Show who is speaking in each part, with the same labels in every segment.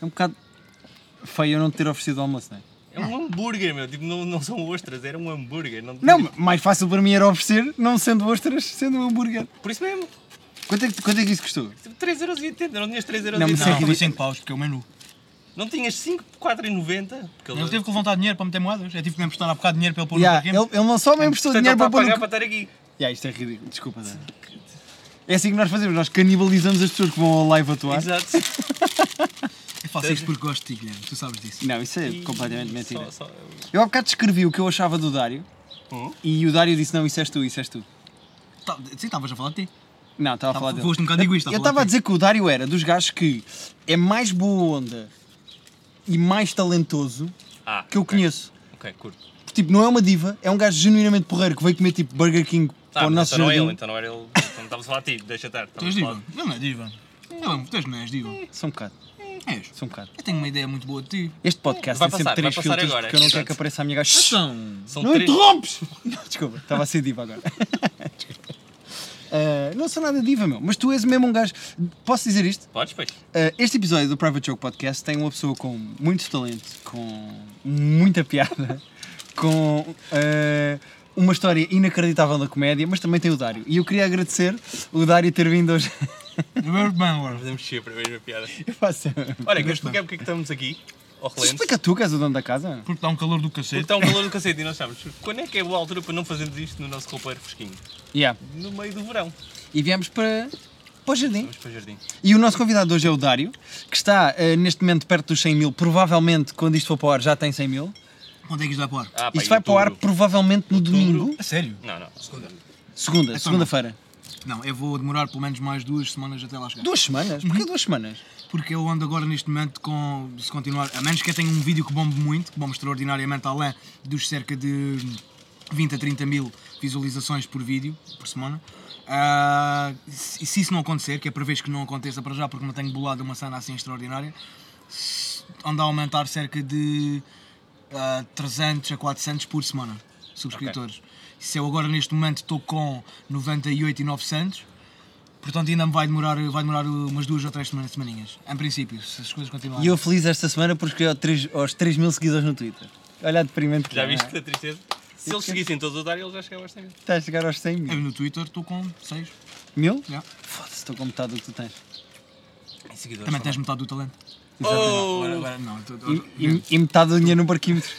Speaker 1: É um bocado feio eu não ter oferecido o almoço, não é?
Speaker 2: É um hambúrguer, meu. Tipo, não, não são ostras, era um hambúrguer. Não, tipo,
Speaker 1: Não, mais fácil para mim era oferecer, não sendo ostras, sendo um hambúrguer.
Speaker 2: Por isso mesmo.
Speaker 1: Quanto é que, quanto é que isso custou?
Speaker 2: Tipo, 3,80€. Não tinhas 3,80€.
Speaker 1: Não,
Speaker 2: Não,
Speaker 1: mas
Speaker 3: Não,
Speaker 1: ridículo.
Speaker 3: foi 5 paus, porque é o menu.
Speaker 2: não tinhas 5, 4,90€. Porque
Speaker 3: Ele teve que levantar dinheiro para meter moedas. Eu tive que me emprestar há bocado dinheiro para ele pôr
Speaker 1: Yeah,
Speaker 3: no
Speaker 1: ele,
Speaker 3: carrinho.
Speaker 1: ele não só me emprestou dinheiro para pôr no...
Speaker 2: pagar
Speaker 1: cu-
Speaker 2: para estar aqui.
Speaker 1: Yeah, isto é ridículo, desculpa. Dana. É assim que nós fazemos, nós canibalizamos as pessoas que vão ao live atuar.
Speaker 2: Exato.
Speaker 3: Eu faço isto porque gosto de ti, Guilherme. Tu sabes disso.
Speaker 1: Não, isso é
Speaker 2: E-
Speaker 1: completamente
Speaker 2: e
Speaker 1: mentira.
Speaker 2: Só, só...
Speaker 1: Eu há bocado descrevi o que eu achava do Dário
Speaker 2: Hum?
Speaker 1: e o Dário disse: Não, isso és tu, isso és tu.
Speaker 3: Tá- Sim, estavas a falar de ti.
Speaker 1: Não, estava a
Speaker 3: Tá,
Speaker 1: falar dele.
Speaker 3: foste um bocado egoísta a
Speaker 1: Eu
Speaker 3: falar
Speaker 1: estava a
Speaker 3: de ti.
Speaker 1: dizer que o Dário era dos gajos que é mais boa onda e mais talentoso
Speaker 2: Ah,
Speaker 1: que eu
Speaker 2: ok.
Speaker 1: conheço.
Speaker 2: Ok, curto.
Speaker 1: Tipo, não é uma diva, é um gajo genuinamente porreiro que veio comer tipo Burger King
Speaker 2: Tá,
Speaker 1: para o
Speaker 2: mas
Speaker 1: nosso
Speaker 2: então não é
Speaker 1: jardim.
Speaker 2: ele, então não era ele. Então estava a falar a ti, deixa estar. Então
Speaker 3: Tu
Speaker 2: estava
Speaker 3: és
Speaker 2: a falar-
Speaker 3: diva? Ele não é diva. Não, tu és não és diva.
Speaker 1: Só um bocado,
Speaker 3: És.
Speaker 1: só um bocado.
Speaker 3: Eu tenho uma ideia muito boa de ti.
Speaker 1: Este podcast
Speaker 2: É, Vai
Speaker 1: tem sempre
Speaker 2: passar,
Speaker 1: três
Speaker 2: vai passar
Speaker 1: filtros
Speaker 2: agora.
Speaker 1: porque eu não quero
Speaker 2: Exato.
Speaker 1: que apareça a minha gaja.
Speaker 3: São...
Speaker 2: São
Speaker 1: Então, Não
Speaker 2: três.
Speaker 1: interrompes! Não, desculpa, estava a ser diva agora. Desculpa. Ah, não sou nada diva, meu, mas tu és mesmo um gajo. Posso dizer isto?
Speaker 2: Podes, pois.
Speaker 1: Ah, este episódio do Private Joke Podcast tem uma pessoa com muito talento, com muita piada, com ah, uma história inacreditável da comédia, mas também tem o Dário. E eu queria agradecer o Dário ter vindo hoje.
Speaker 3: Bem, bem, agora.
Speaker 2: Fazemos sempre a mesma piada.
Speaker 1: Eu faço.
Speaker 2: Olha, queres explicar porque é que estamos aqui? Ao relento.
Speaker 1: Explica tu que és o dono da casa.
Speaker 3: Porque está um calor do
Speaker 2: Porque
Speaker 3: cacete.
Speaker 2: está um calor do cacete e nós sabemos quando é que é boa altura para não fazermos isto no nosso roupeiro fresquinho?
Speaker 1: Yeah.
Speaker 2: No meio do verão.
Speaker 1: E viemos para, para o jardim.
Speaker 2: Vamos para o jardim.
Speaker 1: E o nosso convidado de hoje é o Dário, que está eh, neste momento perto dos 100 mil. Provavelmente, quando isto for para o ar, já tem 100 mil.
Speaker 3: Onde é que isto vai pôr?
Speaker 2: Ah, pá,
Speaker 1: isto vai para o Então ar
Speaker 2: outubro.
Speaker 1: provavelmente no domingo.
Speaker 3: A sério?
Speaker 2: Não, não.
Speaker 1: Segunda, segunda-feira.
Speaker 3: Não, eu vou demorar pelo menos mais duas semanas até lá chegar.
Speaker 1: Duas semanas? Porquê duas semanas?
Speaker 3: Porque eu ando agora neste momento com. Se continuar. A menos que eu tenha um vídeo que bombe muito, que bombe extraordinariamente além dos cerca de 20 a 30 mil visualizações por vídeo, por semana. ah, se se isso não acontecer, que é para vez que não aconteça para já, porque não tenho bolado uma cena assim extraordinária, se- ando a aumentar cerca de ah, 300 a 400 por semana subscritores. Se eu agora neste momento estou com 98 e 900, Portanto, ainda me vai demorar, vai demorar umas duas ou três semanas, semaninhas. Em princípio, se as coisas continuarem.
Speaker 1: E eu feliz esta semana porque cheguei aos 3, aos 3 mil seguidores no Twitter. Olha a deprimente que
Speaker 2: Já
Speaker 1: é,
Speaker 2: viste
Speaker 1: não é?
Speaker 2: que a tristeza? Se eles seguissem todos o dar, eles já chegavam aos 100 mil.
Speaker 1: Está a chegar aos 100
Speaker 3: Eu
Speaker 1: mil.
Speaker 3: no Twitter estou com seis.
Speaker 1: Mil?
Speaker 3: já.
Speaker 1: Foda-se, estou com metade do que tu tens.
Speaker 2: Em seguidores.
Speaker 3: Também tens metade do talento.
Speaker 2: Oh!
Speaker 3: tá Agora, agora, não, tô- tô-
Speaker 1: E, e- e metade do dinheiro no parquímetro.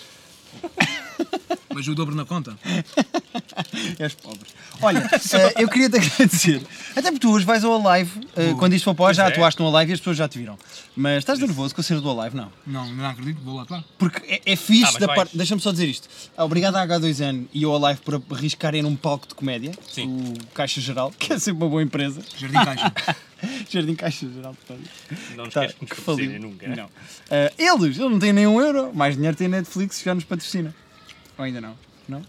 Speaker 3: mas o dobro na conta.
Speaker 1: És pobre. Olha, eh, eu queria te agradecer. Até porque tu hoje vais ao Alive. eh, quando isto for para o ar, já
Speaker 2: é.
Speaker 1: atuaste no Alive e as pessoas já te viram. Mas estás nervoso com o ser do Alive? Não.
Speaker 3: Não, não acredito, vou lá, claro.
Speaker 1: Porque é, é fixe
Speaker 2: Ah, mas
Speaker 1: da
Speaker 2: vais.
Speaker 1: parte. Deixa-me só dizer isto. Obrigado à H2N e ao Alive por arriscarem num palco de comédia.
Speaker 2: Sim.
Speaker 1: O Caixa Geral, que é sempre uma boa empresa.
Speaker 3: Jardim Caixa.
Speaker 1: Jardim Caixa Geral, portanto.
Speaker 2: Não nos
Speaker 1: Tá,
Speaker 2: queres que nos patrocinem
Speaker 1: faliu.
Speaker 3: é?
Speaker 2: nunca. é?
Speaker 1: Não. Ah, eles, eles não têm nem um euro. Mais dinheiro tem a Netflix que já nos patrocina. Ou ainda não? Não?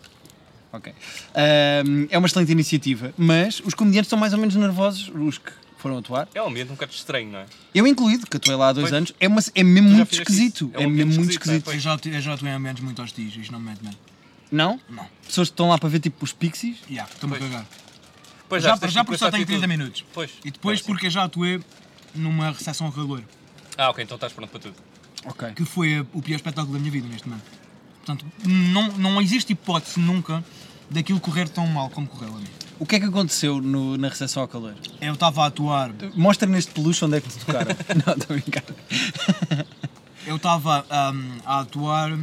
Speaker 1: Ok. Ahm, é uma excelente iniciativa, mas os comediantes estão mais ou menos nervosos, os que foram atuar.
Speaker 2: É um ambiente um bocado estranho, não é?
Speaker 1: Eu incluído, que atuei lá há dois
Speaker 2: Pois.
Speaker 1: anos. É, uma, é mesmo muito
Speaker 2: fizeste
Speaker 1: esquisito.
Speaker 2: isso.
Speaker 1: É,
Speaker 2: É um ambiente
Speaker 1: mesmo muito
Speaker 2: esquisito,
Speaker 1: esquisito.
Speaker 2: não
Speaker 3: eu já, eu já estou em ambientes muito hostis, isto não me mete bem.
Speaker 2: é
Speaker 1: Não?
Speaker 3: Não.
Speaker 1: Pessoas que estão lá para ver tipo os pixies?
Speaker 3: Já, estou-me a
Speaker 2: Pois.
Speaker 3: cagar.
Speaker 2: Pois
Speaker 3: Já,
Speaker 2: se tens
Speaker 3: já
Speaker 2: que
Speaker 3: porque só
Speaker 2: pensar
Speaker 3: tenho
Speaker 2: aquilo
Speaker 3: 30
Speaker 2: tudo.
Speaker 3: minutos.
Speaker 2: Pois.
Speaker 3: E depois
Speaker 2: Parece.
Speaker 3: porque eu já atuei numa recessão a calor,
Speaker 2: Ah, ok, então estás pronto para tudo.
Speaker 1: Ok.
Speaker 3: que foi a- o pior espetáculo da minha vida neste momento. Portanto, não, não existe hipótese nunca daquilo correr tão mal como correu a mim.
Speaker 1: O que é que aconteceu no- na recepção ao calor?
Speaker 3: Eu estava a atuar,
Speaker 1: Mostra neste peluche onde é que te tocaram. não, estou a brincar.
Speaker 3: eu estava ahm, a atuar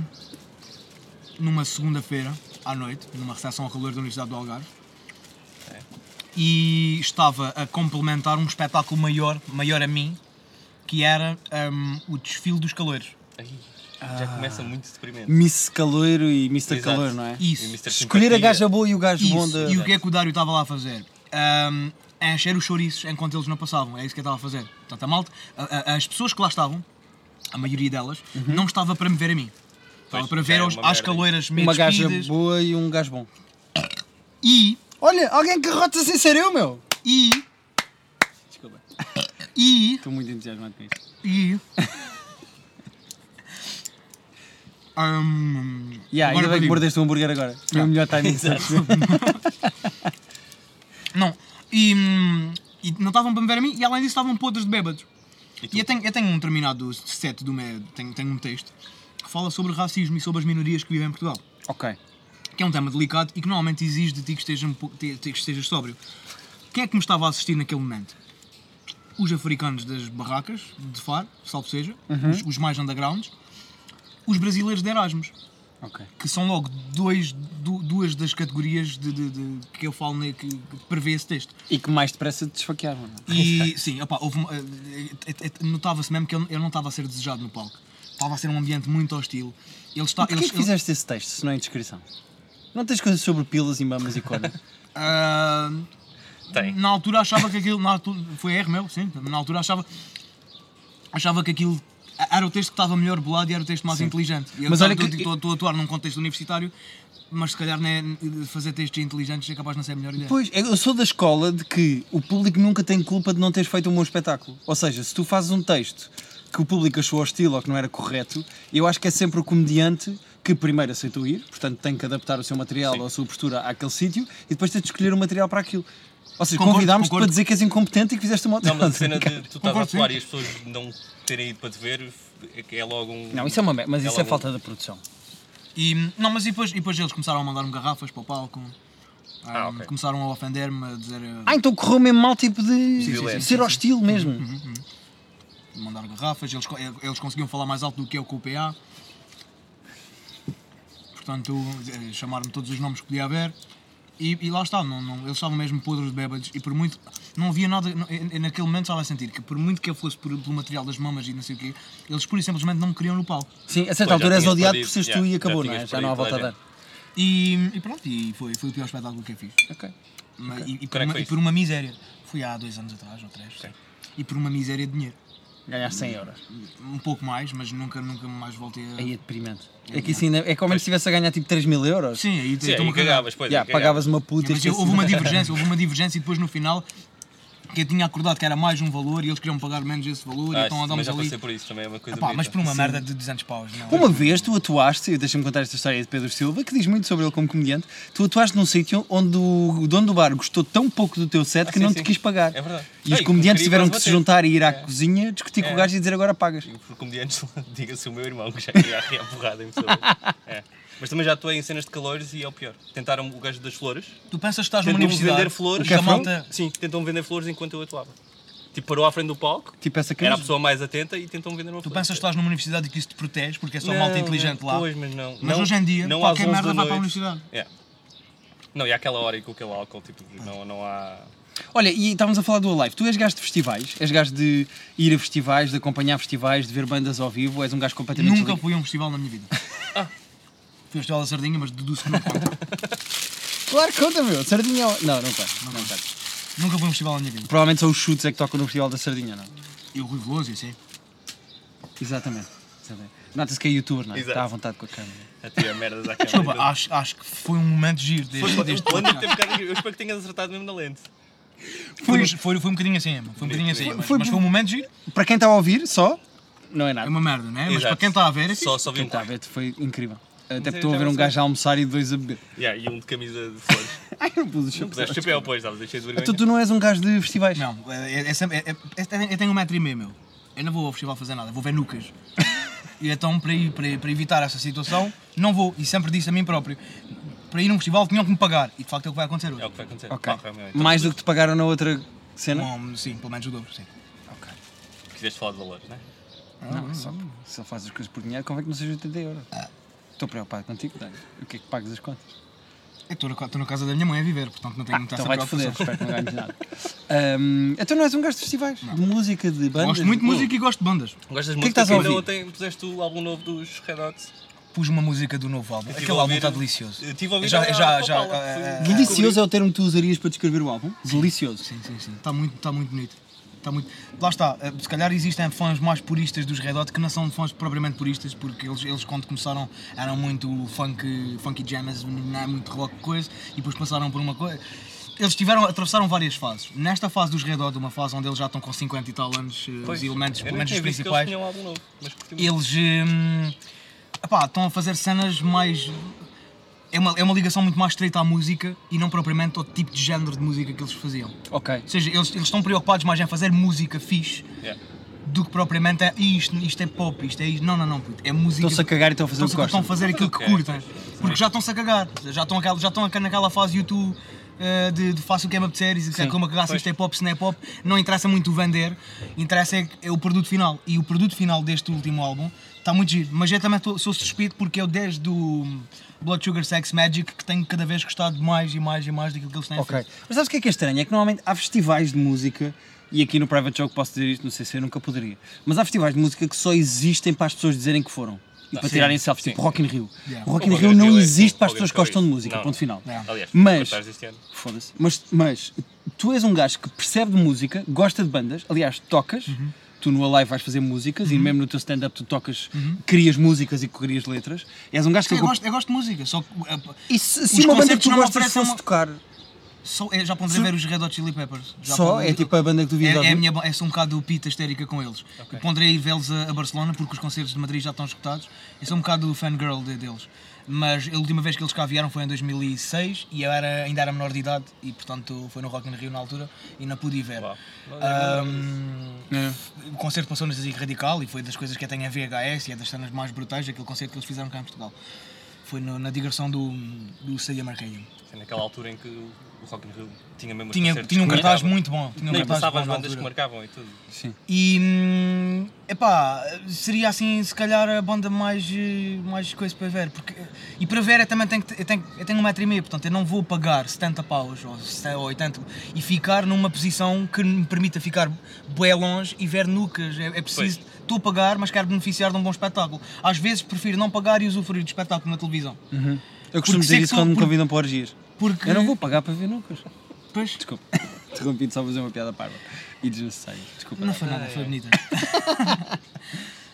Speaker 3: numa segunda-feira à noite, numa recepção ao calor da Universidade do Algarve. E estava a complementar um espetáculo maior, maior a mim, que era ahm, o desfile dos calores.
Speaker 2: Ai, já começa muito deprimente.
Speaker 1: Miss Caloiro e Mr.
Speaker 2: Exato.
Speaker 1: Ah. Calor, não é?
Speaker 3: Isso.
Speaker 2: E Mr.
Speaker 1: Escolher a
Speaker 2: Simpatia.
Speaker 1: gaja é boa e o gajo bom
Speaker 3: Isso.
Speaker 1: da.
Speaker 3: E o que é que o Dário estava lá a fazer? Ahm, a encher os chouriços enquanto eles não passavam. É isso que eu estava a fazer. Portanto, a malta, a- a- as pessoas que lá estavam, a maioria delas,
Speaker 1: Uhum.
Speaker 3: não estava para me ver a mim. Estava
Speaker 2: Pois,
Speaker 3: para
Speaker 2: já
Speaker 3: ver
Speaker 2: era
Speaker 3: aos,
Speaker 2: uma
Speaker 3: às
Speaker 2: merda.
Speaker 3: caloiras meio
Speaker 1: Uma gaja
Speaker 3: despidas.
Speaker 1: boa e um gajo bom.
Speaker 3: E,
Speaker 1: Olha, alguém que rota sem ser eu, meu!
Speaker 3: e,
Speaker 1: Desculpa,
Speaker 3: e,
Speaker 1: estou muito entusiasmado com isto.
Speaker 3: e... Ahm,
Speaker 1: Yeah, ainda
Speaker 3: agora
Speaker 1: bem que
Speaker 3: perdi-me.
Speaker 1: mordeste o hambúrguer agora. Ah. Foi o melhor timing. sabes?
Speaker 3: Não. E, hum, e não estavam para me ver a mim e além disso estavam podres de bêbados.
Speaker 2: tu?
Speaker 3: E eu tenho, eu tenho um determinado set, do meu, tenho, tenho um texto, que fala sobre racismo e sobre as minorias que vivem em Portugal.
Speaker 1: Ok.
Speaker 3: Que é um tema delicado e que normalmente exige de ti que estejas, um pouco- te- te- que estejas sóbrio. Quem é que me estava a assistir naquele momento? Os africanos das barracas, de Faro, salvo seja, os, os mais undergrounds, os brasileiros de Erasmus
Speaker 1: Ok.
Speaker 3: que são logo dois, du- duas das categorias de, de- de- que eu falo, ne- que, que prevê esse texto.
Speaker 1: E que mais depressa te desfaquearam. não é?
Speaker 3: E sim, opá, houve uma- eh, eh, eh, notava-se mesmo que ele, ele não estava a ser desejado no palco. Estava a ser um ambiente muito hostil. Ele está,
Speaker 1: Porquê
Speaker 3: eles-
Speaker 1: que fizeste esse texto, se não é indiscrição? Não tens coisas sobre pilas e mamas e cordas?
Speaker 3: ele- Ah,
Speaker 1: um-
Speaker 2: Tem.
Speaker 3: Na altura achava que aquilo. Na altura, foi erro meu, sim. Na altura achava. Achava que aquilo. Era o texto que estava melhor bolado e era o texto mais inteligente. E eu
Speaker 1: Mas
Speaker 3: tô-
Speaker 1: olha
Speaker 3: tô-
Speaker 1: que-
Speaker 3: tô- Estou a atuar num contexto universitário, mas se calhar né, fazer textos inteligentes é capaz de não ser a melhor ideia.
Speaker 1: Pois, eu sou da escola de que o público nunca tem culpa de não teres feito um bom espetáculo. Ou seja, se tu fazes um texto que o público achou hostil ou que não era correto, eu acho que é sempre o comediante que primeiro aceitou ir, portanto tem que adaptar o seu material ou a sua postura àquele sítio e depois tem de escolher o material para aquilo. Ou seja,
Speaker 3: Concordo,
Speaker 1: convidámos-te
Speaker 3: concordo.
Speaker 1: para dizer que és incompetente e que fizeste uma
Speaker 2: Não, mas a cena de tu estás a
Speaker 3: Concordo, sim.
Speaker 2: atuar e as pessoas não terem ido para te ver é que é logo um.
Speaker 1: Não, isso é uma merda, mas isso é
Speaker 2: logo um-
Speaker 1: falta de produção.
Speaker 3: E, não, mas e depois, e depois eles começaram a mandar-me garrafas para o palco.
Speaker 2: Ah,
Speaker 3: Ah,
Speaker 2: ok.
Speaker 3: Começaram a ofender-me, a dizer. eh,
Speaker 1: Ah, então correu mesmo mal, tipo de
Speaker 2: sim, sim,
Speaker 1: ser hostil mesmo.
Speaker 3: Mandaram garrafas, eles, co- eh, eles conseguiam falar mais alto do que eu com o PA. Portanto, eh, chamaram-me todos os nomes que podia haver. E, e lá está, não, não- eles estavam mesmo podres de bêbados. E por muito. Não havia nada. não- eh, eh, naquele momento estava a sentir que, por muito que eu fosse por- pelo material das mamas e não sei o quê, eles pura e simplesmente não me queriam no palco.
Speaker 1: Sim, a certa
Speaker 2: já
Speaker 1: altura és
Speaker 2: tinhas
Speaker 1: odiado
Speaker 2: perdido,
Speaker 1: por seres
Speaker 2: yeah,
Speaker 1: tu e
Speaker 2: já
Speaker 1: acabou, não é?
Speaker 2: tinhas
Speaker 1: Já não há
Speaker 2: perdido
Speaker 1: volta a
Speaker 2: toda a
Speaker 1: dar.
Speaker 3: E, e pronto, e foi, foi o pior espetáculo que eu fiz.
Speaker 1: Ok.
Speaker 3: Uma- e- e, por
Speaker 2: Quando é que
Speaker 3: uma,
Speaker 2: foi
Speaker 3: e por uma miséria. Fui há dois anos atrás, ou três. E por uma miséria de dinheiro.
Speaker 1: Ganhaste 100 euros.
Speaker 3: Um pouco mais, mas nunca, nunca mais voltei a.
Speaker 1: Aí é deprimente. É que isso ainda. É como se estivesse a ganhar tipo 3 mil euros.
Speaker 3: Sim, aí
Speaker 2: é- Sim,
Speaker 3: estou-me
Speaker 2: aí
Speaker 3: a cagar.
Speaker 2: cagavas, pois. é
Speaker 1: Yeah,
Speaker 2: aí
Speaker 1: pagavas
Speaker 2: cagavas.
Speaker 1: uma puta e
Speaker 3: Mas eu- houve uma divergência, houve uma divergência e depois no final que eu tinha acordado que era mais um valor e eles queriam pagar menos esse valor
Speaker 2: Ah,
Speaker 3: e
Speaker 1: um
Speaker 3: então
Speaker 2: mas
Speaker 3: andámos
Speaker 2: já
Speaker 3: ali.
Speaker 2: passei por isso também, é uma coisa.
Speaker 3: Epá,
Speaker 2: bonita.
Speaker 3: mas por uma merda de 200 paus. Não.
Speaker 1: Uma vez tu atuaste, e deixa-me contar esta história de Pedro Silva, que diz muito sobre ele como comediante. Tu atuaste num sítio onde o dono do bar gostou tão pouco do teu set
Speaker 2: Ah,
Speaker 1: que
Speaker 2: sim,
Speaker 1: não
Speaker 2: sim.
Speaker 1: te quis pagar.
Speaker 2: É verdade.
Speaker 1: E
Speaker 2: Ah,
Speaker 1: os
Speaker 2: e
Speaker 1: comediantes
Speaker 2: queria
Speaker 1: tiveram
Speaker 2: quase
Speaker 1: que se
Speaker 2: bater.
Speaker 1: juntar e ir à cozinha, discutir com o
Speaker 2: É.
Speaker 1: gajo e dizer agora pagas.
Speaker 2: E por comediantes, diga-se o meu irmão, que já ia à porrada em pessoas. É. Mas também já atuei em cenas de calores e é o pior. Tentaram o gajo das flores.
Speaker 3: Tu pensas que estás numa
Speaker 2: Tentam
Speaker 3: universidade.
Speaker 2: vender flores.
Speaker 3: que é a
Speaker 1: O café?
Speaker 3: malta.
Speaker 2: Sim, tentam vender flores enquanto eu atuava. Tipo, parou à frente do palco,
Speaker 1: Tipo essa
Speaker 2: era a
Speaker 1: camisa.
Speaker 2: pessoa mais atenta e tentam vender uma
Speaker 3: Tu
Speaker 2: flor.
Speaker 3: pensas que estás numa universidade e que isso te protege porque é só malta
Speaker 2: Não,
Speaker 3: inteligente
Speaker 2: não,
Speaker 3: lá.
Speaker 2: Pois, mas não.
Speaker 3: Mas
Speaker 2: Não-
Speaker 3: hoje em dia,
Speaker 2: não
Speaker 3: qualquer
Speaker 2: às 11
Speaker 3: merda
Speaker 2: da
Speaker 3: vai para a
Speaker 2: noite.
Speaker 3: universidade.
Speaker 2: É. Não, e àquela hora e com aquele álcool, tipo, não, não há.
Speaker 1: Olha, e estávamos a falar do Alive. Tu és gajo de festivais, és gajo de ir a festivais, de acompanhar festivais, de ver bandas ao vivo, és um gajo completamente.
Speaker 3: Nunca
Speaker 1: desligado.
Speaker 3: fui a um festival na minha vida.
Speaker 2: Ah.
Speaker 3: Fui ao Festival da Sardinha, mas deduzo que não conta.
Speaker 1: Claro, conta, meu. Sardinha. ao- Não, não conta. Não conta.
Speaker 3: Nunca fui a um festival na minha vida.
Speaker 1: Provavelmente são os chutes é que tocam no Festival da Sardinha, não?
Speaker 3: E o Rui Veloso, e assim.
Speaker 1: Exatamente. Exatamente. Nota-se que é youtuber, não é?
Speaker 2: Exato.
Speaker 1: Está à vontade com a câmera.
Speaker 2: Até merdas à câmera.
Speaker 3: Desculpa, acho, acho que foi um momento giro
Speaker 2: Pois,
Speaker 3: deste,
Speaker 2: pode-
Speaker 3: deste
Speaker 2: o André
Speaker 3: podcast.
Speaker 2: teve cá- Eu espero que tenhas acertado mesmo na lente.
Speaker 3: Foi, foi, foi um bocadinho assim, Emma. Foi um bocadinho assim, mas,
Speaker 1: foi-
Speaker 3: mas foi um momento giro.
Speaker 1: Para quem está a ouvir, só, não é
Speaker 3: É
Speaker 1: nada.
Speaker 3: uma merda, né? Mas para
Speaker 2: Exato.
Speaker 3: quem está a ver, é
Speaker 2: Só, só vi
Speaker 1: Quem
Speaker 2: um
Speaker 1: está a
Speaker 2: quarto.
Speaker 1: ver foi incrível. Até porque
Speaker 2: eu
Speaker 3: tá
Speaker 1: estou a
Speaker 2: já
Speaker 1: ver
Speaker 2: não
Speaker 1: um
Speaker 2: sei.
Speaker 1: gajo a almoçar e dois a beber.
Speaker 2: Yeah, e um de camisa de flores.
Speaker 1: Ai, não pus o
Speaker 2: Não
Speaker 1: chapéu.
Speaker 2: puseste chapéu, pois, estavas cheio de vergonha.
Speaker 1: Então tu não és um gajo de festivais.
Speaker 3: Não, é, é, sempre- é- é- é- eu tenho um metro e meio, meu. Eu não vou ao festival fazer nada, vou ver nucas. e então, para, ir- para, para evitar essa situação, não vou. E sempre disse a mim próprio. Para ir num festival tinham que me pagar. E de facto é o que vai acontecer hoje.
Speaker 2: É o que né? vai acontecer.
Speaker 1: Ok.
Speaker 2: Pá, realmente.
Speaker 3: Então
Speaker 1: Mais do que te pagaram na outra cena?
Speaker 3: Bom, sim, pelo menos o dobro, sim.
Speaker 1: Ok.
Speaker 2: Quiseste falar de valores, não é?
Speaker 1: Não, é só se ele faz as coisas por dinheiro, convém que não seja 80 euros. Estou preocupado contigo, Dani. O que é que pagas as contas?
Speaker 3: Eu Estou É na, estou na casa da minha mãe a viver, portanto
Speaker 2: Ah,
Speaker 3: não tenho muita
Speaker 1: Então
Speaker 3: essa
Speaker 1: vai-te foder,
Speaker 3: preocupação.
Speaker 1: espero que não ganhes nada. Ahm, então não és um gajo de festivais? De música, de bandas?
Speaker 3: Gosto muito de
Speaker 1: de-
Speaker 3: música e gosto de bandas.
Speaker 2: Gostas
Speaker 1: que
Speaker 2: muito
Speaker 1: estás a
Speaker 2: ainda
Speaker 1: ouvir?
Speaker 2: ontem puseste o álbum novo dos Red Hot.
Speaker 3: Pus uma música do novo álbum.
Speaker 2: tive
Speaker 3: Aquele
Speaker 2: a
Speaker 3: álbum
Speaker 2: ouvir-
Speaker 3: está delicioso. É,
Speaker 2: eu tive a ouvir
Speaker 3: já,
Speaker 2: a-
Speaker 3: já,
Speaker 2: a
Speaker 3: já,
Speaker 2: Paula,
Speaker 3: eh,
Speaker 2: foi-
Speaker 1: Delicioso é o termo que tu usarias para descrever o álbum? Delicioso.
Speaker 3: Sim, sim, sim. Está muito, está muito bonito. Está muito... Lá está, eh, se calhar existem fãs mais puristas dos Red Hot que não são fãs propriamente puristas, porque eles, eles quando começaram eram muito funk, funky jammers, não é muito rock coisa, e depois passaram por uma coisa. Eles tiveram, atravessaram várias fases. Nesta fase dos Red Hot, uma fase onde eles já estão com 50 e tal anos, eh, os elementos,
Speaker 2: eu
Speaker 3: pelo
Speaker 2: nem
Speaker 3: menos os
Speaker 2: tinha visto que Eles
Speaker 3: principais,
Speaker 2: tinham um álbum novo, mas curti muito.
Speaker 3: eles hum, epá, estão a fazer cenas mais. É uma, é uma ligação muito mais estreita à música e não propriamente ao tipo de género de música que eles faziam.
Speaker 1: Ok.
Speaker 3: Ou seja, eles, eles estão preocupados mais em fazer música fixe
Speaker 2: Yeah.
Speaker 3: do que propriamente é isto, isto é pop, isto é isto. Não, não, não, puto. É música.
Speaker 1: Estão-se a cagar e estão a fazer um o que
Speaker 3: Estão-se-
Speaker 1: gostam.
Speaker 3: estão a fazer aquilo que
Speaker 2: Ok,
Speaker 3: curtem.
Speaker 2: pois, sim.
Speaker 3: Porque já estão-se a cagar. Já estão, aquela, já estão aquela- naquela fase YouTube eh, de, de faço o que me apetecer e
Speaker 1: Sim,
Speaker 3: de como a cagar se
Speaker 2: pois.
Speaker 3: isto é pop, se não é pop. Não interessa muito o vender, interessa é, é o produto final. E o produto final deste último álbum está muito giro. Mas eu também tô- sou suspeito porque eu desde o Blood Sugar Sex Magic que tenho cada vez gostado mais e mais e mais daquilo que eles têm
Speaker 1: Ok.
Speaker 3: feito.
Speaker 1: Mas sabes o que é que é estranho? É que normalmente há festivais de música, e aqui no Private Joke posso dizer isto, no CC eu nunca poderia, mas há festivais de música que só existem para as pessoas dizerem que foram. E para tirarem selfies, tipo Rock in Rio.
Speaker 3: Yeah.
Speaker 1: O Rock in
Speaker 2: O
Speaker 1: Rio
Speaker 2: Rock in
Speaker 1: não
Speaker 2: Rio é-
Speaker 1: existe para as
Speaker 2: o Rock in
Speaker 1: pessoas que
Speaker 2: Rio é
Speaker 1: gostam de
Speaker 2: isso.
Speaker 1: música,
Speaker 2: Não.
Speaker 1: ponto final.
Speaker 3: Não.
Speaker 2: Aliás,
Speaker 1: Mas-
Speaker 2: cartaz deste ano.
Speaker 1: Foda-se. Mas, mas tu és um gajo que percebe de música, gosta de bandas, aliás, tocas. Tu no Alive vais fazer músicas e mesmo no teu stand-up tu tocas, crias músicas e crias letras. És um gajo que.
Speaker 3: Sim, eu gosto, eu gosto de música, só que eh,
Speaker 1: E se, se
Speaker 3: Os
Speaker 1: uma banda que
Speaker 3: concertos
Speaker 1: tu
Speaker 3: não me
Speaker 1: gostas
Speaker 3: oferecem
Speaker 1: fosse
Speaker 3: uma-
Speaker 1: tocar
Speaker 3: Só, eu já ponderei ver os Red Hot Chili Peppers. Já
Speaker 1: só,
Speaker 3: ponderei-
Speaker 1: é tipo a banda que tu vias
Speaker 3: É, é, a minha, ba- é só um bocado pita histérica com eles. Eu Ponderei vê-los a, a Barcelona porque os concertos de Madrid já estão escutados. Eu sou um bocado fangirl de, deles. Mas a última vez que eles cá vieram foi em 2006 e eu era, ainda era menor de idade e portanto foi no Rock in Rio na altura e não pude ir ver.
Speaker 2: Uau.
Speaker 3: Ahm,
Speaker 1: É.
Speaker 3: o concerto passou no Zazic Radical e foi das coisas que eu tenho em VHS e é das cenas mais brutais daquele concerto que eles fizeram cá em Portugal. Foi no- na digressão do, do Stadia Marquinhos.
Speaker 2: Foi naquela altura em que o Rock in Rio tinha mesmo os
Speaker 3: Tinha,
Speaker 2: concertos
Speaker 3: tinha um
Speaker 2: que
Speaker 3: cartaz
Speaker 2: marcavam.
Speaker 3: muito bom. Tinha um
Speaker 2: Nem
Speaker 3: cartaz
Speaker 2: passava
Speaker 3: bom
Speaker 2: as
Speaker 3: na
Speaker 2: bandas que
Speaker 3: altura.
Speaker 2: marcavam e tudo.
Speaker 1: Sim.
Speaker 3: E hum, epá, seria assim se calhar a banda mais, eh, mais coisa para ver. Porque, e para ver eu também tenho, que- eu tenho, eu tenho um metro e meio, portanto eu não vou pagar 70 paus ou 60 ou 80 e ficar numa posição que me permita ficar bué longe e ver nucas. É, é preciso, estou a pagar, mas quero beneficiar de um bom espetáculo. Às vezes prefiro não pagar e usufruir do espetáculo na televisão.
Speaker 1: Eu costumo
Speaker 3: Porque sei
Speaker 1: dizer
Speaker 3: que
Speaker 1: isso
Speaker 3: sou-
Speaker 1: quando me
Speaker 3: porque-
Speaker 1: convidam para orgias.
Speaker 3: Porque
Speaker 1: Uhum. Eu não vou pagar para ver nunca.
Speaker 3: depois.
Speaker 1: Desculpa. Interrompi-te só a fazer uma piada parva. E desnecessária. Desculpa.
Speaker 3: Não foi
Speaker 2: tá,
Speaker 3: nada,
Speaker 2: é.
Speaker 3: foi bonita.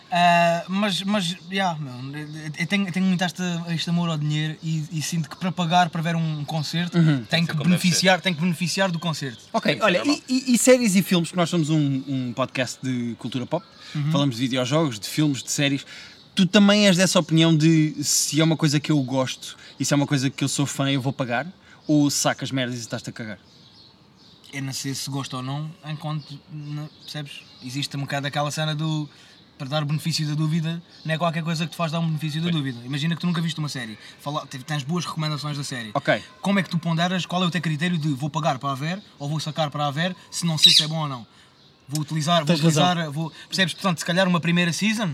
Speaker 3: Ah, mas, mas, já, meu, eu- eu tenho, eu tenho muito este, este amor ao dinheiro e, e sinto que para pagar para ver um concerto tenho,
Speaker 2: Uhum. ser
Speaker 3: que
Speaker 2: como
Speaker 3: beneficiar, tenho que beneficiar do concerto.
Speaker 1: Ok,
Speaker 2: Sim,
Speaker 1: olha,
Speaker 2: normal.
Speaker 1: e, e- e séries e filmes, porque nós somos um, um podcast de cultura pop, falamos de videojogos, de filmes, de séries. Tu também és dessa opinião de se é uma coisa que eu gosto e se é uma coisa que eu sou fã, eu vou pagar? Ou sacas merdas e estás-te a cagar?
Speaker 3: Eu não sei se gosto ou não, enquanto, não- percebes? Existe um bocado aquela cena do. Para dar o benefício da dúvida, não é qualquer coisa que te faz dar um benefício da dúvida. Imagina que tu nunca viste uma série. Fala, te- tens boas recomendações da série.
Speaker 1: Ok.
Speaker 3: Como é que tu ponderas qual é o teu critério de vou pagar para a ver ou vou sacar para a ver se não sei se é bom ou não? Vou utilizar, vou
Speaker 1: Tens razão.
Speaker 3: utilizar, eh, vou, percebes? Portanto, se calhar uma primeira season,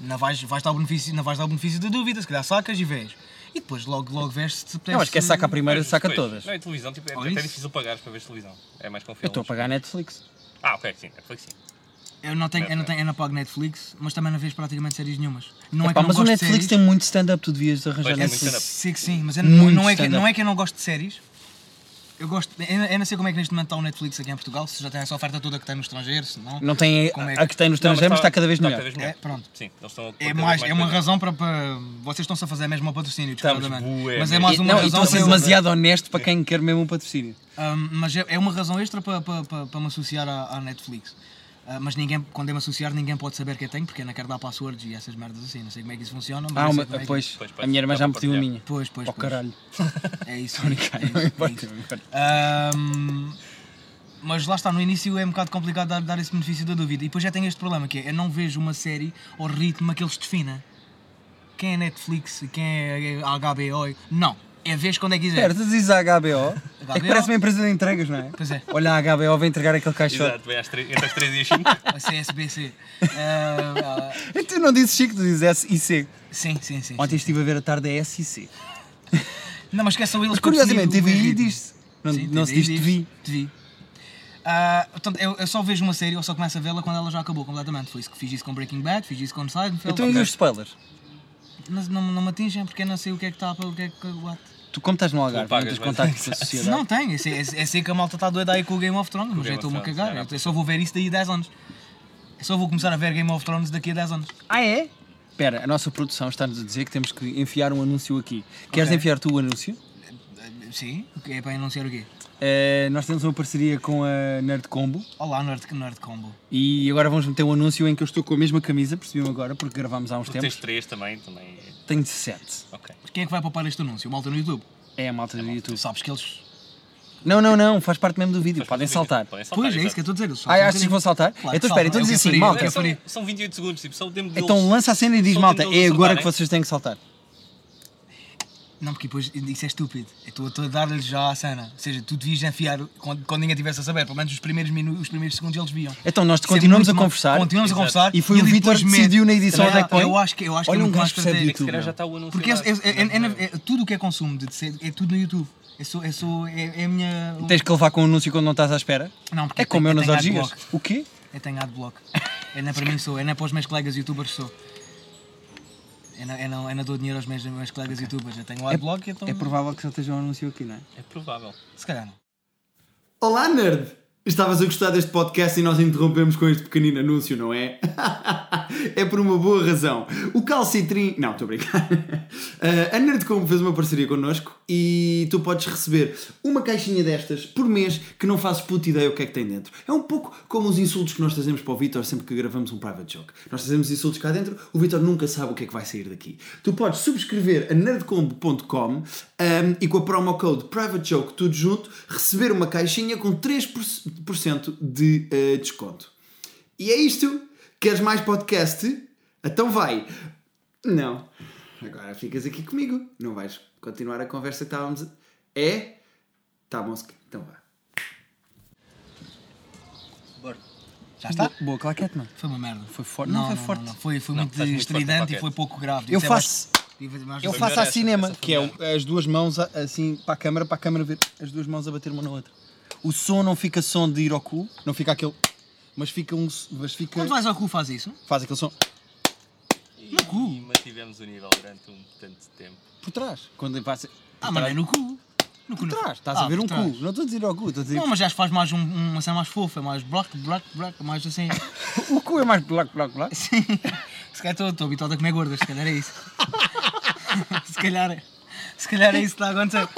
Speaker 3: não vais, vais, dar o benefício, não vais dar o benefício da dúvida, se calhar sacas e vês. E depois logo, logo vês se te apetece.
Speaker 1: Eu acho que é saca a primeira,
Speaker 2: Mas
Speaker 1: saca
Speaker 2: depois-
Speaker 1: todas. Oh,
Speaker 2: Não, e televisão, tipo, é
Speaker 3: Ou
Speaker 2: até
Speaker 3: isso?
Speaker 2: difícil pagares para ver televisão. É mais com
Speaker 1: Eu estou a
Speaker 2: filmes.
Speaker 1: pagar Netflix.
Speaker 2: Ah, ok, sim, Netflix sim.
Speaker 3: Eu não, tenho, eu,
Speaker 1: É,
Speaker 3: não tenho, eu não pago Netflix, mas também não vejo praticamente séries nenhumas. Não
Speaker 1: Epá,
Speaker 3: é que eu não
Speaker 1: mas o
Speaker 3: gosto de
Speaker 1: Netflix
Speaker 3: séries.
Speaker 1: tem muito stand-up, tu devias arranjar
Speaker 2: Pois, tem muito
Speaker 1: Netflix.
Speaker 2: stand-up.
Speaker 3: Sei que sim, mas eu
Speaker 1: Muito
Speaker 3: não, não, é que,
Speaker 1: stand-up.
Speaker 3: não é que eu não gosto de séries. Eu gosto. Eu, não- eu não sei como é que neste momento está o Netflix aqui em Portugal, se já tem essa oferta toda que tem no estrangeiro, se não.
Speaker 1: Não tem
Speaker 3: Como é que-
Speaker 1: a que tem nos estrangeiros, mas está cada vez melhor.
Speaker 3: É, pronto.
Speaker 2: Sim, eles estão a
Speaker 3: É,
Speaker 2: cada
Speaker 3: mais,
Speaker 2: vez
Speaker 3: é uma
Speaker 2: coisas.
Speaker 3: razão para. para- vocês estão-se a fazer mesmo ao patrocínio,
Speaker 2: Estamos
Speaker 3: descaradamente.
Speaker 2: bué
Speaker 3: Mas é
Speaker 2: mesmo.
Speaker 3: mais
Speaker 1: E-
Speaker 3: uma
Speaker 1: não, e
Speaker 3: razão.
Speaker 1: estou a ser
Speaker 3: para eu-
Speaker 1: demasiado honesto para quem quer mesmo um patrocínio.
Speaker 3: Ahm, mas é, é uma razão extra para, para, para, para me associar à, à Netflix. Ah, mas ninguém, quando eu me associar, ninguém pode saber que eu tenho, porque eu não quero dar passwords e essas merdas assim. Não sei como é que isso funciona. Mas
Speaker 1: Ah,
Speaker 3: eu
Speaker 1: uma,
Speaker 3: sei como é que-
Speaker 1: pois,
Speaker 2: Pois, pois,
Speaker 1: a minha irmã
Speaker 2: dá
Speaker 1: já me
Speaker 2: para
Speaker 1: pediu a
Speaker 2: partilhar.
Speaker 1: minha.
Speaker 3: Pois, pois.
Speaker 1: Oh
Speaker 3: pois.
Speaker 1: caralho.
Speaker 3: É isso.
Speaker 1: Brincar,
Speaker 3: é isso, é
Speaker 1: brincar,
Speaker 3: isso.
Speaker 1: brincar.
Speaker 3: Ahm, mas lá está, no início é um bocado complicado dar, dar esse benefício da dúvida. E depois já tem este problema que é, eu não vejo uma série ao ritmo que eles definem. Quem é Netflix, quem é HBO, não. É vez quando é que quiser.
Speaker 1: Espera, tu dizes a HBO? É que
Speaker 3: HBO?
Speaker 1: parece uma empresa de entregas, não é?
Speaker 3: Pois é.
Speaker 1: Olha, a HBO vai entregar aquele caixote.
Speaker 2: Exato, vem às três- entre as 3 e as 5.
Speaker 3: A CSBC. Ah, ah,
Speaker 1: E tu não dizes Chico, tu dizes SIC.
Speaker 3: sim, sim, sim.
Speaker 1: Ontem estive a ver a tarde é a SIC.
Speaker 3: sim. Não, mas esqueçam eles
Speaker 1: Mas curiosamente,
Speaker 3: definir o
Speaker 1: TVI
Speaker 3: ritmo.
Speaker 1: diz-se. Não,
Speaker 3: Sim,
Speaker 1: não se diz TVI.
Speaker 3: TV. Ah, portanto, eu, eu só vejo uma série, eu só começo a vê-la quando ela já acabou completamente. Foi isso que fiz isso com Breaking Bad, fiz isso com Seinfeld.
Speaker 1: Então e os spoilers?
Speaker 3: Mas não, não me atingem porque eu não sei o que é que está, o que é que. What?
Speaker 1: Tu como estás no Algarve, não
Speaker 2: pagas,
Speaker 1: tens
Speaker 2: mas-
Speaker 1: contacto com a
Speaker 3: Se
Speaker 1: sociedade.
Speaker 3: não tem, é, sei- é, sei- é sei que a malta está doida aí com o Game of Thrones, mas eu
Speaker 2: Game
Speaker 3: estou-me a
Speaker 2: of Thrones, é.
Speaker 3: cagar.
Speaker 2: já
Speaker 3: Eu,
Speaker 2: não.
Speaker 3: eu só vou ver isso daí a 10 anos. Eu só vou começar a ver Game of Thrones daqui a 10 anos.
Speaker 1: Ah é? Espera, a nossa produção está-nos a dizer que temos que enfiar um anúncio aqui. Queres
Speaker 3: Ok.
Speaker 1: enfiar tu o anúncio?
Speaker 3: Sim, o que é para anunciar o quê?
Speaker 1: Eh, nós temos uma parceria com a Nerd Combo
Speaker 3: Olá, Nerd, Nerd Combo.
Speaker 1: e agora vamos meter um anúncio em que eu estou com a mesma camisa, percebi-me agora, porque gravámos há uns
Speaker 2: Tu tens
Speaker 1: tempos.
Speaker 2: 3 também, também. é-
Speaker 1: Tenho 17.
Speaker 2: Ok.
Speaker 3: Quem é que vai poupar este anúncio? O malta no YouTube.
Speaker 1: É a malta do
Speaker 3: Tu
Speaker 1: YouTube.
Speaker 3: sabes que eles
Speaker 1: Não, não, não, faz parte mesmo do vídeo.
Speaker 2: Faz
Speaker 1: Podem
Speaker 2: parte do vídeo.
Speaker 1: saltar.
Speaker 2: Podem saltar.
Speaker 3: Pois é isso que eu
Speaker 2: exato.
Speaker 3: estou a dizer. eles saltam
Speaker 1: Ah,
Speaker 3: um
Speaker 1: achas que vão
Speaker 3: bocadinho.
Speaker 1: saltar?
Speaker 3: Claro que
Speaker 1: então espera,
Speaker 3: saltam,
Speaker 1: então
Speaker 3: é o
Speaker 1: diz
Speaker 3: que eu
Speaker 1: assim,
Speaker 3: faria,
Speaker 1: malta.
Speaker 3: é o que eu
Speaker 2: são,
Speaker 3: faria.
Speaker 2: são 28 segundos, tipo, só o tempo deles.
Speaker 1: Então lança a cena e diz,
Speaker 2: Só o
Speaker 1: malta,
Speaker 2: tempo
Speaker 1: é
Speaker 2: deles
Speaker 1: agora que
Speaker 2: saltarem.
Speaker 1: vocês têm que saltar.
Speaker 3: Não, porque depois isso é estúpido. Eu estou- estou a dar-lhes já a cena. Ou seja, tu devias enfiar quando, quando ninguém tivesse a saber. Pelo menos os primeiros, minu- os primeiros segundos eles viam.
Speaker 1: Então nós
Speaker 3: Isso é
Speaker 1: continuamos
Speaker 3: muito
Speaker 1: a
Speaker 3: mau.
Speaker 1: conversar.
Speaker 3: Continuamos a
Speaker 2: Exato.
Speaker 3: conversar.
Speaker 1: E foi o
Speaker 3: ele
Speaker 1: Vítor
Speaker 3: depois
Speaker 1: que decidiu na
Speaker 3: mete-
Speaker 1: edição onde é que põe.
Speaker 3: Eu acho que, eu acho
Speaker 1: Olha
Speaker 3: que é
Speaker 1: um
Speaker 3: muito mais
Speaker 1: gajo que percebe
Speaker 2: É
Speaker 3: estratégico.
Speaker 2: que se calhar já está o anúncio.
Speaker 3: Porque é,
Speaker 2: lá.
Speaker 3: é- é- é- é- é- tudo o que é consumo de ser- é tudo no YouTube. É, só, é, só, é, é a minha.
Speaker 1: Tens que levar com o anúncio quando não estás à espera?
Speaker 3: Não, porque
Speaker 1: É
Speaker 3: eu
Speaker 1: como eu
Speaker 3: tenho-
Speaker 1: nas
Speaker 3: eu tenho
Speaker 1: orgias.
Speaker 3: adblock.
Speaker 1: O quê?
Speaker 3: Eu tenho adblock. É não é para mim sou, é não é para os meus colegas youtubers sou. É Eu não, eu não, eu não dou dinheiro aos meus, meus colegas youtubers. Eu tenho adblock então.
Speaker 1: provável que só esteja um anúncio aqui, não é?
Speaker 2: É provável.
Speaker 3: Se calhar não.
Speaker 4: Olá, nerd! Estavas a gostar deste podcast e nós interrompemos com este pequenino anúncio, não é? é por uma boa razão. O Calcitrim. Não, estou a brincar. Ah, a Nerdcom fez uma parceria connosco e tu podes receber uma caixinha destas por mês que não fazes puta ideia o que é que tem dentro. É um pouco como os insultos que nós trazemos para o Vitor sempre que gravamos um private joke. Nós trazemos insultos cá dentro, o Vitor nunca sabe o que é que vai sair daqui. Tu podes subscrever a nerdcombo.com ahm, e com a promo code private joke tudo junto receber uma caixinha com 3% de ah, desconto. E é isto. Queres mais podcast? Então vai. Não. Agora ficas aqui comigo. Não vais continuar a conversa que estávamos. a- É? Tá bom, se- então vá.
Speaker 3: Já está?
Speaker 1: Boa claquete, mano.
Speaker 3: Foi uma merda.
Speaker 1: Foi forte. Não, foi forte.
Speaker 3: Foi, foi
Speaker 2: Não,
Speaker 3: muito
Speaker 2: faz muito
Speaker 3: estridente
Speaker 2: forte,
Speaker 3: e foi pouco grave.
Speaker 1: Eu
Speaker 3: Isso é mais-
Speaker 1: faço.
Speaker 3: mais-
Speaker 1: Eu
Speaker 2: Foi
Speaker 1: faço
Speaker 2: melhor
Speaker 1: a
Speaker 2: essa,
Speaker 1: cinema,
Speaker 2: essa foi
Speaker 1: que é o- as duas mãos a- assim para a câmara, para a câmara ver as duas mãos a bater uma na outra. O som não fica som de ir ao cu, não fica aquele. Mas fica um. Mas fica.
Speaker 3: Quando vais ao cu faz isso?
Speaker 1: Faz aquele som
Speaker 2: No
Speaker 3: cu.
Speaker 2: E mantivemos o nível durante um tanto tempo.
Speaker 1: por trás. Quando vai ser-
Speaker 3: Ah, mas não é no cu. No cu
Speaker 1: Por
Speaker 3: não.
Speaker 1: trás, estás a
Speaker 3: Ah,
Speaker 1: ver
Speaker 3: por
Speaker 1: um
Speaker 3: trás.
Speaker 1: cu. Tipo- Não estou a dizer ao cu, estou a dizer.
Speaker 3: Não, mas já faz mais um- uma cena mais fofa, mais block, block, block, mais assim.
Speaker 1: O cu é mais black, black, black.
Speaker 3: Sim. Se calhar estou- estou habituado a comer gordas, se calhar é isso. se calhar. Se calhar é isso que está a acontecer.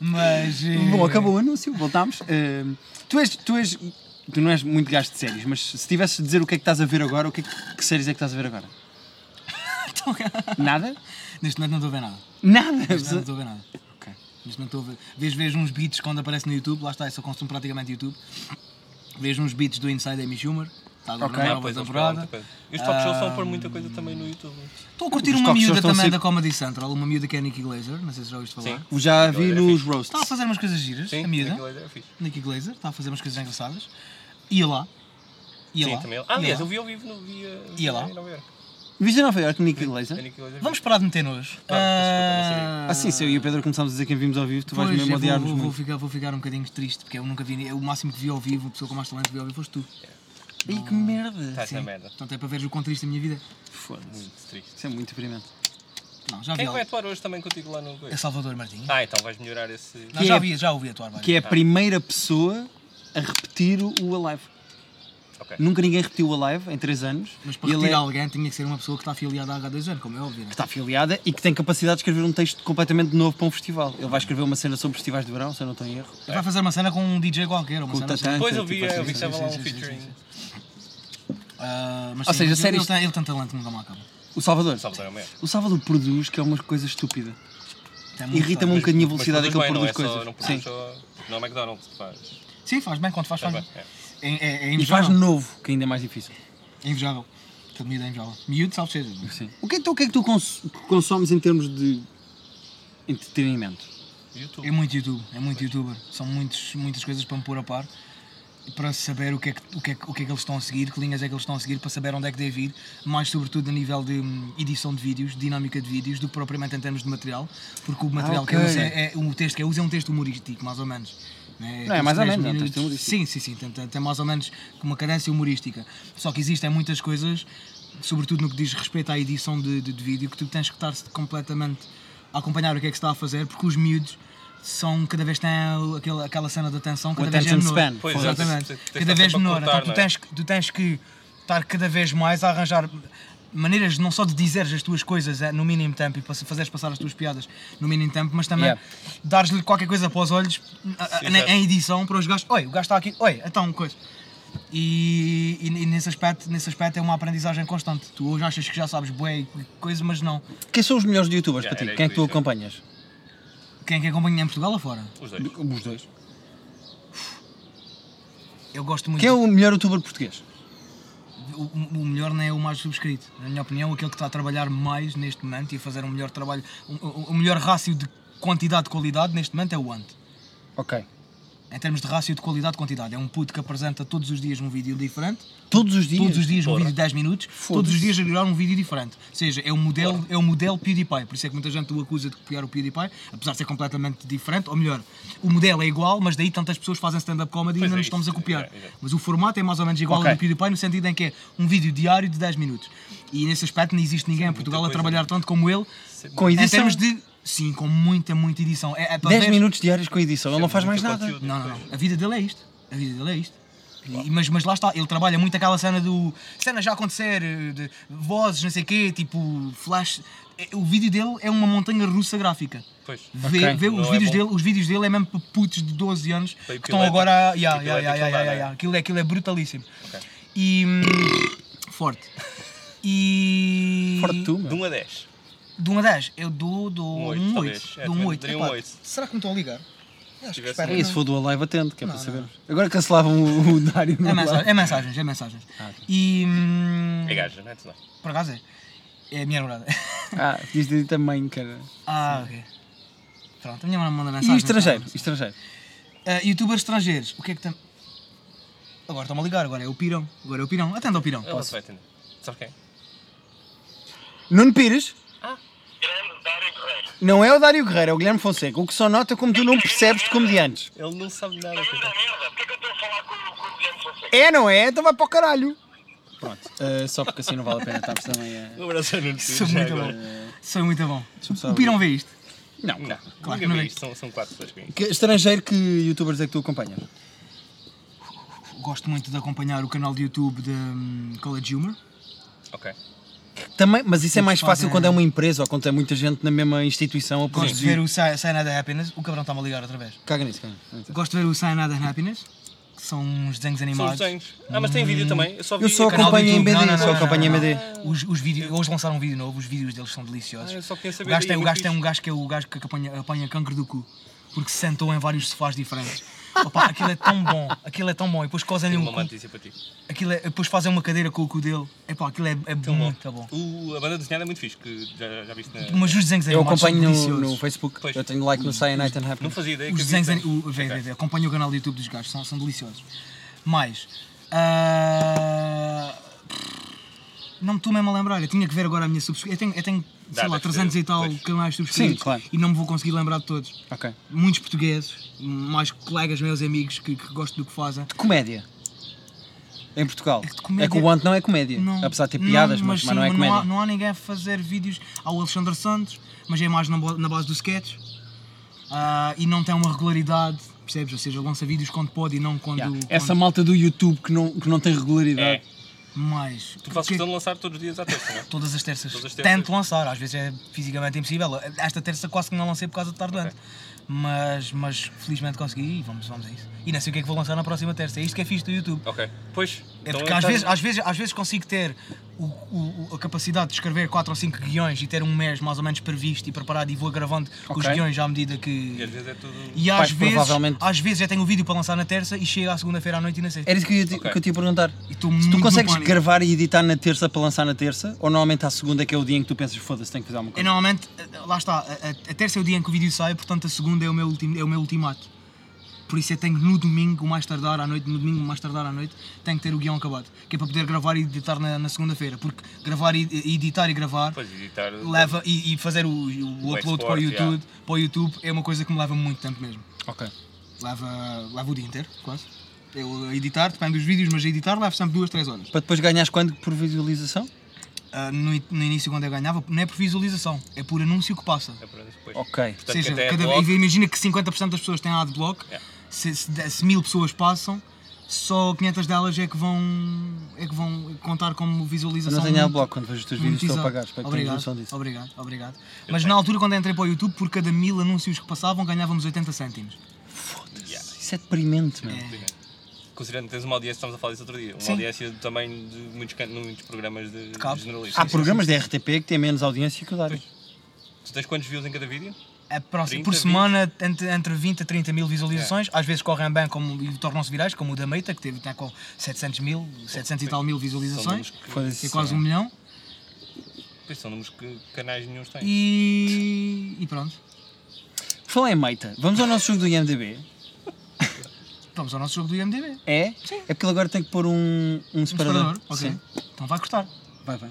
Speaker 3: Mas. eh,
Speaker 1: Bom, acabou o anúncio, voltámos. Ahm, tu és. Tu és Tu não és muito gajo de séries, mas se tivesses de dizer o que é que estás a ver agora, o que, é que, que séries é que estás a ver agora?
Speaker 3: então,
Speaker 1: Nada? eh,
Speaker 3: Neste momento não estou a ver nada.
Speaker 1: Nada!
Speaker 3: Neste momento não estou a ver nada.
Speaker 1: Ok.
Speaker 3: Neste momento estou a ver. Vejo, vejo uns beats quando aparece no YouTube, lá está, eu só consumo praticamente YouTube. Vejo uns beats do Inside Amy Schumer. Está agora
Speaker 1: Ok.
Speaker 3: na
Speaker 2: Ah,
Speaker 3: nova
Speaker 2: pois, eles falam
Speaker 3: temporada.
Speaker 2: muita coisa. E os talk shows são por muita coisa também no YouTube.
Speaker 3: Estou a curtir
Speaker 1: Os
Speaker 3: uma
Speaker 1: talk shows
Speaker 3: miúda
Speaker 1: estão
Speaker 3: também
Speaker 1: sempre-
Speaker 3: da Comedy Central, uma miúda que é a Nikki Glaser, não sei se já ouviste falar.
Speaker 2: Sim.
Speaker 1: Já vi
Speaker 2: Agora é
Speaker 1: nos
Speaker 2: fixe.
Speaker 1: roasts.
Speaker 3: Está a fazer umas coisas giras,
Speaker 2: Sim,
Speaker 3: a miúda.
Speaker 2: aquilo é fixe.
Speaker 3: Nikki Glaser, está a fazer umas coisas engraçadas. Ia lá. Ia
Speaker 2: Sim,
Speaker 3: lá.
Speaker 2: também. Ah,
Speaker 3: Ia
Speaker 2: aliás,
Speaker 3: lá.
Speaker 2: eu vi ao vivo no via.
Speaker 3: E ela?
Speaker 2: em Nova Iorque.
Speaker 1: Viste em Nova Iorque, Nicky Glaser?
Speaker 2: A é Nikki Glaser.
Speaker 3: Vamos parar de meter nojo.
Speaker 2: Claro, desculpa, não
Speaker 1: Ah, sim, se eu e o Pedro começámos a dizer quem vimos ao vivo, tu vais
Speaker 3: Pois,
Speaker 1: mesmo
Speaker 3: eu vou,
Speaker 1: odiar-nos
Speaker 3: vou, vou
Speaker 1: muito.
Speaker 3: ficar, vou ficar um bocadinho triste, porque eu nunca vi, eu, o máximo que vi ao vivo, a pessoa com mais talento que vi ao vivo, foste tu.
Speaker 2: É.
Speaker 1: Ih, que merda!
Speaker 2: Estás na Tá, merda.
Speaker 3: Portanto, é para veres o quão triste a minha vida.
Speaker 1: Foda-se.
Speaker 2: Muito triste.
Speaker 1: Isso é muito deprimente.
Speaker 3: Não, já vi.
Speaker 2: Quem vai
Speaker 3: É,
Speaker 2: atuar hoje também contigo lá no.
Speaker 3: é Salvador Martinho.
Speaker 2: Ah, então vais melhorar esse.
Speaker 3: Não, já, ouvi, já ouvi atuar várias.
Speaker 1: Que é a primeira pessoa a repetir o- o Alive.
Speaker 2: Ok.
Speaker 1: Nunca ninguém repetiu o Alive em 3 anos.
Speaker 3: Mas para
Speaker 1: E ele
Speaker 3: retirar
Speaker 1: é-
Speaker 3: alguém tinha que ser uma pessoa que está afiliada à H2N, como é óbvio. Né?
Speaker 1: que está afiliada e que tem capacidade de escrever um texto completamente novo para um festival. Ele vai escrever uma cena sobre festivais de verão, se eu não estou em erro.
Speaker 3: Vai fazer uma cena com um DJ qualquer, uma
Speaker 1: Com o
Speaker 3: cena
Speaker 1: Tatã.
Speaker 2: Depois eu
Speaker 1: Tipo
Speaker 2: vi,
Speaker 1: assim,
Speaker 2: eu vi que
Speaker 1: sim,
Speaker 2: estava lá um
Speaker 3: sim, sim, sim,
Speaker 2: featuring.
Speaker 3: Ah, mas
Speaker 1: Ou
Speaker 3: sim,
Speaker 1: seja,
Speaker 3: ele-
Speaker 1: séries-
Speaker 3: Ele, tem, ele tem talento que nunca mais acaba.
Speaker 1: O Salvador.
Speaker 2: Salvador é o mesmo.
Speaker 1: O Salvador produz, que é uma coisa estúpida.
Speaker 3: Tem muito
Speaker 1: Irrita-me um
Speaker 3: talento.
Speaker 1: bocadinho a velocidade a que ele
Speaker 2: não
Speaker 1: produz
Speaker 2: é só.
Speaker 1: coisas.
Speaker 2: Não produz
Speaker 1: Sim.
Speaker 2: só. Não é McDonald's que faz.
Speaker 3: Sim, faz bem, quando faz, faz bem.
Speaker 2: Faz bem,
Speaker 3: É, é, é
Speaker 1: um E faz
Speaker 3: invejável.
Speaker 1: novo, que ainda é mais difícil.
Speaker 3: É invejável. Aquele miúdo é invejável. Miúdo, salve seja.
Speaker 1: Sim. O que, é- então o que é que tu cons- consomes em termos de entretenimento?
Speaker 2: YouTube.
Speaker 3: É muito YouTube, é muito youtuber. São muitos, muitas coisas para me pôr a par para saber o que, é que, o, que é, que- o que é que eles estão a seguir, que linhas é que eles estão a seguir, para saber onde é que devo ir, mais sobretudo a nível de hum, edição de vídeos, dinâmica de vídeos, do que propriamente em termos de material, porque o material que eu
Speaker 1: Ah, ok.
Speaker 3: uso é, é um texto que eu uso é um texto humorístico, mais ou menos. né?
Speaker 1: Não, é mais ou
Speaker 3: Aqueles
Speaker 1: menos, é um
Speaker 3: três
Speaker 1: texto
Speaker 3: minutos.
Speaker 1: humorístico.
Speaker 3: Sim, sim, sim, tem, tem- tem mais ou menos uma cadência humorística. Só que existem muitas coisas, sobretudo no que diz respeito à edição de, de- de vídeo, que tu tens que estar completamente a acompanhar o que é que se está a fazer, porque os miúdos são cada vez têm aquele, aquela cena de atenção, cada vez é
Speaker 1: attention
Speaker 3: menor.
Speaker 1: span.
Speaker 2: Pois,
Speaker 3: Exatamente.
Speaker 2: exato. Tens- tens de
Speaker 3: cada
Speaker 2: estar
Speaker 3: vez
Speaker 2: sempre a
Speaker 3: menor.
Speaker 2: cortar,
Speaker 3: Então, tu,
Speaker 2: não é?
Speaker 3: tens, que- tu tens que estar cada vez mais a arranjar maneiras não só de dizeres as tuas coisas eh, no mínimo tempo e pass- fazeres passar as tuas piadas no mínimo tempo, mas também
Speaker 1: Yeah.
Speaker 3: dares-lhe qualquer coisa para os olhos eh, a- a-
Speaker 2: Sim,
Speaker 3: na-
Speaker 2: exato.
Speaker 3: em edição para os gajos. Oi, o gajo está aqui, oi, então, coisa. E, e- e nesse, aspecto, nesse aspecto é uma aprendizagem constante. Tu hoje achas que já sabes bué e coisa, mas não.
Speaker 1: Quem são os melhores youtubers
Speaker 2: Já,
Speaker 1: para ti?
Speaker 2: era
Speaker 1: Quem é que tu
Speaker 2: isso.
Speaker 1: acompanhas?
Speaker 3: Quem é que acompanha em Portugal lá fora?
Speaker 2: Os dois.
Speaker 1: Os dois.
Speaker 3: Eu gosto muito.
Speaker 1: Quem é o melhor youtuber português?
Speaker 3: o, o melhor não é o mais subscrito. Na minha opinião, aquele que está a trabalhar mais neste momento e a fazer um melhor trabalho, o um, um melhor rácio de quantidade de qualidade neste momento é o Ant.
Speaker 1: Ok.
Speaker 3: Em termos de rácio de qualidade de quantidade, é um puto que apresenta todos os dias um vídeo diferente,
Speaker 1: Todos os dias?
Speaker 3: todos os dias um
Speaker 2: Porra.
Speaker 3: vídeo de 10 minutos, todos os dias a gravar um vídeo diferente. Ou seja, é um modelo, é um modelo PewDiePie, por isso é que muita gente o acusa de copiar o PewDiePie, apesar de ser completamente diferente, ou melhor, o modelo é igual, mas daí tantas pessoas fazem stand-up comedy e
Speaker 2: Pois é
Speaker 3: ainda nos estamos a
Speaker 2: isso,
Speaker 3: copiar.
Speaker 2: é, é.
Speaker 3: Mas o formato é mais ou menos igual
Speaker 1: Ok.
Speaker 3: ao do PewDiePie no sentido em que é um vídeo diário de 10 minutos. E nesse aspecto não existe ninguém em Portugal a
Speaker 2: coisa,
Speaker 3: trabalhar
Speaker 2: não é?
Speaker 3: tanto como ele,
Speaker 1: Com
Speaker 3: em
Speaker 1: edição?
Speaker 3: termos de... Sim, com muita, muita edição. É, é para
Speaker 1: 10
Speaker 3: ver-
Speaker 1: minutos diários com edição, ele não faz mais
Speaker 2: muito
Speaker 1: nada.
Speaker 2: conteúdo.
Speaker 3: não, não, não. A vida dele é isto. A vida dele é isto. E- mas, mas lá está, ele trabalha muito aquela cena do. cena já acontecer, eh, de vozes, não sei o quê, tipo flash. Eh, O vídeo dele é uma montanha russa gráfica.
Speaker 2: Pois.
Speaker 3: Vê,
Speaker 1: Ok.
Speaker 3: vê os,
Speaker 2: Não é
Speaker 3: vídeos
Speaker 2: bom.
Speaker 3: dele, os vídeos dele é mesmo para putos de 12 anos que
Speaker 2: Foi é tipo,
Speaker 3: estão
Speaker 2: epilético.
Speaker 3: agora. a- Ya, ya,
Speaker 2: Epilético
Speaker 3: ya, ya,
Speaker 2: lá,
Speaker 3: ya,
Speaker 2: né?
Speaker 3: ya. Aquilo, é, aquilo é brutalíssimo. E. hum, forte. E.
Speaker 1: Forte tu,
Speaker 2: De
Speaker 1: meu.
Speaker 2: 1 a 10.
Speaker 3: De 1 a 10, eu dou, dou
Speaker 2: Um
Speaker 3: um
Speaker 2: oito,
Speaker 3: 8.
Speaker 2: talvez. É,
Speaker 3: dou um
Speaker 2: também
Speaker 3: 8.
Speaker 2: daria um
Speaker 3: Epá,
Speaker 2: oito.
Speaker 3: Será que me estão a ligar? Acho que
Speaker 2: Tivesse
Speaker 3: espero
Speaker 2: um
Speaker 3: que
Speaker 1: E
Speaker 3: não.
Speaker 1: É se for do Alive, atende, que é para sabermos. Agora cancelavam o, o Dário. no
Speaker 3: É, mensa-
Speaker 1: Alive.
Speaker 3: é mensagens, é mensagens. E. hum,
Speaker 2: É gaja, não é? Tu não.
Speaker 3: por acaso é? É a minha namorada.
Speaker 1: Ah, podias dizer também, cara.
Speaker 3: ah, ok. Pronto, a minha namorada manda
Speaker 1: E
Speaker 3: mensagens.
Speaker 1: estrangeiro? Estrangeiro.
Speaker 3: Ah, Youtubers estrangeiros, o que é que tem. Agora estão-me a ligar, agora é o Pirão. Agora é o Pirão. Atenda ao Pirão,
Speaker 2: Ela
Speaker 3: posso.
Speaker 2: se vai atender. Sabes quem?
Speaker 1: Nuno Pires? Não é o Dário Guerreiro, é o Guilherme Fonseca. O que só nota como tu não percebes de comediantes.
Speaker 2: Ele não sabe nada. coitado.
Speaker 1: É, não é? Então vai para o caralho. Pronto, eh, só porque assim não vale a pena estarmos também a.
Speaker 2: Um abraço ao Nuno Pires,
Speaker 3: Sou
Speaker 2: já
Speaker 3: muito
Speaker 2: agora.
Speaker 3: bom. Sou muito bom.
Speaker 1: Deixa-me só
Speaker 3: O Pirão vê isto.
Speaker 1: Não,
Speaker 2: Não,
Speaker 1: não.
Speaker 3: Claro que
Speaker 2: nunca
Speaker 3: não
Speaker 2: vi
Speaker 3: é.
Speaker 2: isto. São, são quatro pessoas comigo.
Speaker 1: Que estrangeiro que youtubers é que tu acompanhas?
Speaker 3: Gosto muito de acompanhar o canal de YouTube de hum, College Humor.
Speaker 2: Ok.
Speaker 1: Também, mas isso é mais fácil
Speaker 3: fazem-
Speaker 1: quando é uma empresa ou quando é muita gente na mesma instituição a
Speaker 3: Gosto de ver
Speaker 1: produzir.
Speaker 3: o Sign Ada Happiness. O cabrão está-me a ligar outra vez.
Speaker 1: Caga nisso, caga nisso.
Speaker 3: Gosto de ver o Sign Ada Happiness, que são uns desenhos
Speaker 2: São os
Speaker 3: animados.
Speaker 2: desenhos. Ah, mas
Speaker 3: Hum.
Speaker 2: tem vídeo também. Eu só vi
Speaker 1: Eu só
Speaker 2: o canal do
Speaker 1: acompanho em
Speaker 2: YouTube.
Speaker 1: BD,
Speaker 2: Não,
Speaker 1: só
Speaker 2: não, não, não,
Speaker 1: acompanho em
Speaker 2: não.
Speaker 1: BD.
Speaker 3: Os, os vídeos, hoje lançaram um vídeo novo, os vídeos deles são deliciosos.
Speaker 2: Ah, eu só queria saber
Speaker 3: o gajo,
Speaker 2: daí,
Speaker 3: tem, o
Speaker 2: muito
Speaker 3: gajo tem
Speaker 2: fixe.
Speaker 3: um gajo que é o gajo que apanha, apanha cancro do cu, porque se sentou em vários sofás diferentes. Opa, aquilo é tão bom, aquilo é tão bom. E depois cozem-lhe
Speaker 2: Tenho
Speaker 3: um
Speaker 2: uma má
Speaker 3: cu,
Speaker 2: notícia para ti.
Speaker 3: aquilo é, depois fazem uma cadeira com o cu dele. Epá, aquilo é, é muito bom.
Speaker 2: O- a banda desenhada é muito fixe, que já, já viste na.
Speaker 3: Mas os desenhos
Speaker 1: Eu
Speaker 3: animados
Speaker 1: acompanho
Speaker 3: são
Speaker 1: no,
Speaker 3: deliciosos.
Speaker 1: no Facebook,
Speaker 2: Pois.
Speaker 1: eu tenho like no Say Night and Happy.
Speaker 2: Não fazia ideia que
Speaker 3: Os
Speaker 2: havia
Speaker 3: desenhos,
Speaker 2: tantos.
Speaker 3: ani- o, vê, vê, vê, acompanha o canal do YouTube dos gajos, são, são deliciosos. Mais. ah, não me estou mesmo a lembrar, eu tinha que ver agora a minha subscrição. Eu tenho, eu tenho sei
Speaker 2: Dá,
Speaker 3: lá,
Speaker 2: deve
Speaker 3: 300
Speaker 2: ter,
Speaker 3: e tal
Speaker 2: pois.
Speaker 3: canais subscritos
Speaker 1: Sim, claro.
Speaker 3: e não me vou conseguir lembrar de todos.
Speaker 1: Ok.
Speaker 3: Muitos portugueses, mais colegas meus, amigos que, que gostam do que fazem.
Speaker 1: Comédia. Em Portugal.
Speaker 3: É que comédia-
Speaker 1: É que o Ant não é comédia.
Speaker 3: Não-
Speaker 1: Apesar de ter piadas, mas, mas
Speaker 3: sim,
Speaker 1: não é comédia.
Speaker 3: Não há, não há ninguém a fazer vídeos ao Alexandre Santos, mas é mais na, bo- na base do sketch Ah, e não tem uma regularidade, percebes? Ou seja, lança vídeos quando pode e não quando.
Speaker 1: Yeah. É
Speaker 3: quando-
Speaker 1: Essa malta do YouTube que não, que não tem
Speaker 2: É.
Speaker 1: regularidade.
Speaker 3: Mas
Speaker 2: Tu fazes
Speaker 3: que-
Speaker 2: questão de lançar todos os dias à terça, não é?
Speaker 3: todas as terças.
Speaker 2: Todas as terças.
Speaker 3: Tento lançar, às vezes é fisicamente impossível. Esta terça quase que não lancei por causa de estar doente. Mas, mas felizmente consegui e vamos, vamos a isso. E não sei o que é que vou lançar na próxima terça. É isto que é fixe do YouTube.
Speaker 2: Ok. Pois.
Speaker 3: É
Speaker 2: então
Speaker 3: porque
Speaker 2: eu
Speaker 3: às
Speaker 2: tenho-
Speaker 3: vezes, às, vezes, às vezes consigo ter o- o- o- a capacidade de escrever 4 ou 5 guiões e ter um mês mais ou menos previsto e preparado e vou gravando os
Speaker 1: Ok.
Speaker 3: guiões à medida
Speaker 2: E às
Speaker 3: que.
Speaker 2: vezes é tudo.
Speaker 3: E às
Speaker 1: Vais
Speaker 3: vezes,
Speaker 1: provavelmente-
Speaker 3: às vezes já tenho o vídeo para lançar na terça e chega à segunda-feira à noite e não sei.
Speaker 1: Era isso que eu, ia te-
Speaker 2: Ok.
Speaker 1: que eu te ia perguntar.
Speaker 3: E estou
Speaker 1: Se
Speaker 3: muito
Speaker 1: tu
Speaker 3: no
Speaker 1: consegues
Speaker 3: pânico.
Speaker 1: gravar e editar na terça para lançar na terça, ou normalmente à segunda que é o dia em que tu pensas, foda-se, tenho que fazer alguma
Speaker 3: Eu
Speaker 1: coisa?
Speaker 3: normalmente, eh, lá está, a, a- a terça é o dia em que o vídeo sai, portanto a segunda é o meu, ultim, é o meu ultimato. Por isso eu tenho no domingo, o mais tardar à noite, no domingo, o mais tardar à noite, tenho que ter o guião acabado. Que é para poder gravar e editar na, na segunda-feira. Porque gravar e e editar e gravar
Speaker 2: Depois editar.
Speaker 3: leva e, e fazer o, o upload para, o
Speaker 2: export,
Speaker 3: YouTube, para o YouTube é uma coisa que me leva muito tempo mesmo.
Speaker 1: Ok.
Speaker 3: Leva, leva o dia inteiro, quase. Eu a editar, depende dos vídeos, mas a editar leva sempre duas, três horas.
Speaker 1: Para depois ganhares quando por visualização?
Speaker 3: Ah, no, in- no início, quando eu ganhava, não é por visualização, é por anúncio que passa.
Speaker 2: É para
Speaker 1: Ok.
Speaker 2: depois.
Speaker 3: Ou
Speaker 2: Portanto,
Speaker 3: seja,
Speaker 2: até é
Speaker 3: cada-
Speaker 2: blog,
Speaker 3: imagina que 50% das pessoas têm adblock,
Speaker 2: Yeah.
Speaker 3: se, se, de- se mil pessoas passam, só 500 delas é que vão, é que vão contar como
Speaker 1: Eu
Speaker 3: visualização.
Speaker 1: não tenho
Speaker 3: monet-
Speaker 1: adblock quando vejo os teus vídeos, estou a
Speaker 3: monetizada.
Speaker 1: pagar, espero que tenhas
Speaker 3: obrigado,
Speaker 1: noção disso.
Speaker 3: Obrigado, obrigado. Mas na altura, quando entrei para o YouTube, por cada mil anúncios que passavam, ganhávamos 80 cêntimos.
Speaker 1: Isso é deprimente, meu.
Speaker 2: Considerando que tens uma audiência, estamos a falar disso outro dia, uma
Speaker 3: Sim.
Speaker 2: audiência do tamanho de muitos, can- muitos programas de, de
Speaker 3: cabo.
Speaker 2: jornalistas.
Speaker 1: Há programas da RTP que têm menos audiência que o Dário.
Speaker 2: Tu tens quantos views em cada vídeo?
Speaker 3: a próxima,
Speaker 2: 30,
Speaker 3: por
Speaker 2: 20.
Speaker 3: semana entre, entre 20 a 30 mil visualizações, às vezes correm bem como, e tornam-se virais, como o da Meita, que teve tem com 700 mil, 700 e tal mil visualizações,
Speaker 2: números que-
Speaker 1: Foda-se.
Speaker 3: e quase um milhão,
Speaker 2: Pois são números que canais nenhum têm.
Speaker 3: e, e pronto,
Speaker 1: Por falar em é Meita, vamos ao nosso jogo do IMDB.
Speaker 3: vamos ao nosso jogo do IMDB.
Speaker 1: É? É porque ele agora tem que pôr um, um
Speaker 3: Um
Speaker 1: separador.
Speaker 3: separador, ok.
Speaker 1: Sim.
Speaker 3: Então vai cortar.
Speaker 1: Vai, vai.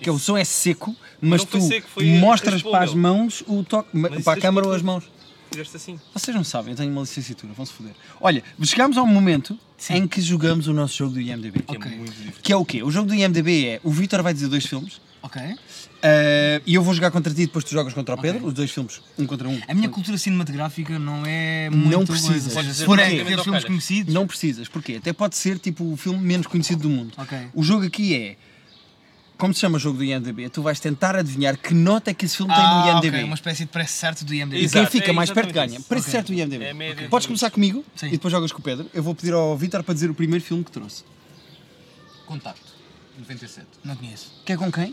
Speaker 1: Que o som é seco, mas
Speaker 2: Não
Speaker 1: tu
Speaker 2: foi seco, foi-
Speaker 1: mostras
Speaker 2: raspou,
Speaker 1: para as
Speaker 2: meu.
Speaker 1: mãos o toque, ma-
Speaker 2: isso
Speaker 1: para a
Speaker 2: raspou
Speaker 1: câmara ou
Speaker 2: tudo.
Speaker 1: as mãos.
Speaker 2: Fizeste assim.
Speaker 1: Vocês não sabem, eu tenho uma licenciatura, vão-se foder. Olha, chegámos ao momento em que jogamos o nosso jogo do IMDB.
Speaker 2: Que é muito divertido.
Speaker 1: Que é o quê? O jogo do IMDB é o Vitor vai dizer dois filmes
Speaker 3: Ok.
Speaker 1: ah, e eu vou jogar contra ti e depois tu jogas contra o Pedro, os dois filmes, um contra um.
Speaker 3: A minha cultura cinematográfica não é muito
Speaker 1: Não
Speaker 3: coisa,
Speaker 1: precisas.
Speaker 2: Podes
Speaker 3: ou seja,
Speaker 2: dizer
Speaker 3: Porém,
Speaker 2: praticamente
Speaker 3: aqueles
Speaker 2: ao
Speaker 3: é filmes
Speaker 2: calhas.
Speaker 3: conhecidos.
Speaker 1: Não precisas, porquê? Até pode ser tipo o filme menos conhecido do mundo.
Speaker 3: Ok.
Speaker 1: O jogo aqui é. Como se chama o jogo do IMDB? Tu vais tentar adivinhar que nota é que esse filme tem
Speaker 3: Ah,
Speaker 1: no
Speaker 3: ok,
Speaker 1: IMDB.
Speaker 3: uma espécie de preço certo do IMDB.
Speaker 1: E
Speaker 2: Exato,
Speaker 1: quem fica
Speaker 2: é
Speaker 1: mais perto
Speaker 2: exatamente
Speaker 1: ganha.
Speaker 2: isso.
Speaker 1: Parece
Speaker 3: Ok.
Speaker 1: certo o IMDB.
Speaker 2: É a média
Speaker 1: Podes
Speaker 2: de-
Speaker 1: começar comigo
Speaker 3: Sim.
Speaker 1: e depois jogas com o Pedro. Eu vou pedir ao Vitor para dizer o primeiro filme que trouxe.
Speaker 5: Contacto, 97.
Speaker 3: Não conheço.
Speaker 1: Que é com quem? É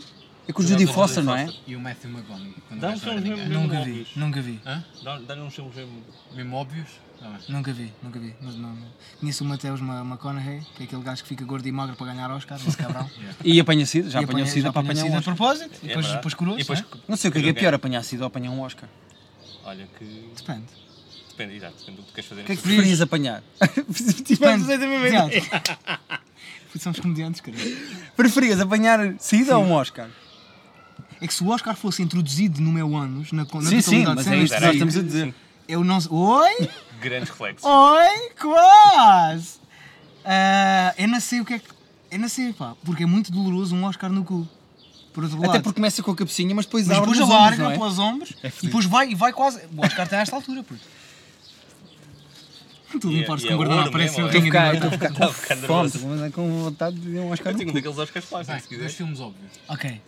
Speaker 1: com o
Speaker 2: Jogamos
Speaker 1: Judy
Speaker 2: ao
Speaker 1: Foster,
Speaker 2: Jodie
Speaker 1: não é?
Speaker 2: Foster.
Speaker 5: E o Matthew McConaughey, quando
Speaker 2: Dá
Speaker 5: o
Speaker 2: uns
Speaker 5: gajo não era
Speaker 2: filmes
Speaker 5: ninguém.
Speaker 2: mesmo,
Speaker 3: Nunca vi,
Speaker 2: óbvios.
Speaker 3: nunca vi.
Speaker 5: Hã?
Speaker 2: Dá- Dá-lhe uns filmes mesmo.
Speaker 5: Mesmo óbvios? Não é?
Speaker 3: Nunca vi, nunca vi. Mas não, não. Conheço o Mateus Ma- McConaughey, que é aquele gajo que fica gordo e magro para ganhar Oscar, esse cabrão.
Speaker 1: E apanha sida, já
Speaker 3: E
Speaker 1: apanhou
Speaker 3: apanha-
Speaker 1: sida
Speaker 3: já
Speaker 1: para
Speaker 3: apanha
Speaker 1: apanhar um
Speaker 3: sida a
Speaker 1: Oscar.
Speaker 3: propósito, e
Speaker 2: É
Speaker 3: depois,
Speaker 2: verdade.
Speaker 3: depois curou
Speaker 2: E depois-
Speaker 1: Não sei o que é, que é
Speaker 2: Nunca.
Speaker 1: pior, apanhar sida ou apanhar um Oscar.
Speaker 2: Olha que.
Speaker 3: Depende.
Speaker 2: Depende, exato, depende do que tu queres fazer.
Speaker 1: O que é que preferias apanhar? Tivemos a mesma ideia.
Speaker 3: Depende. Putz, Somos comediantes, cara.
Speaker 1: Preferias apanhar sida ou um Oscar?
Speaker 3: É que se o Oscar fosse introduzido no meu anos, na, co- na
Speaker 1: Sim, sim,
Speaker 3: totalidade
Speaker 1: mas
Speaker 3: sem
Speaker 1: é
Speaker 3: este
Speaker 1: isto que
Speaker 2: era
Speaker 1: nós
Speaker 3: vídeo,
Speaker 1: estamos a dizer.
Speaker 3: Eu não. se- Oi?
Speaker 2: Grandes reflexos.
Speaker 3: Oi, quase! Ah, eu não sei o que é que. Eu não sei, pá, porque é muito doloroso um Oscar no cu. Por outro lado.
Speaker 1: Até porque começa com a cabecinha, mas depois
Speaker 3: Mas
Speaker 1: abre
Speaker 3: depois
Speaker 1: nos
Speaker 3: alarga
Speaker 1: ombros, não é?
Speaker 3: pelos ombros e
Speaker 1: fedido.
Speaker 3: depois vai, e vai quase. O Oscar está a esta altura, puto. Tu
Speaker 2: E é-
Speaker 3: limpares
Speaker 2: e
Speaker 3: com
Speaker 2: é
Speaker 3: o guardanapo,
Speaker 2: ouro
Speaker 3: parece
Speaker 2: mesmo,
Speaker 3: que eu
Speaker 1: Estou
Speaker 2: é?
Speaker 1: a
Speaker 3: tenho
Speaker 1: ficar,
Speaker 3: ido
Speaker 1: estou a ficar
Speaker 2: Tá, ficar
Speaker 1: com fome,
Speaker 2: nervoso.
Speaker 1: estou a ficar com vontade de um Oscar
Speaker 2: Eu
Speaker 1: no
Speaker 2: tenho um
Speaker 1: cu.
Speaker 2: daqueles Oscars plásticos,
Speaker 5: Vai,
Speaker 2: se
Speaker 5: dois
Speaker 2: quiseres.
Speaker 5: filmes óbvios.
Speaker 3: Ok.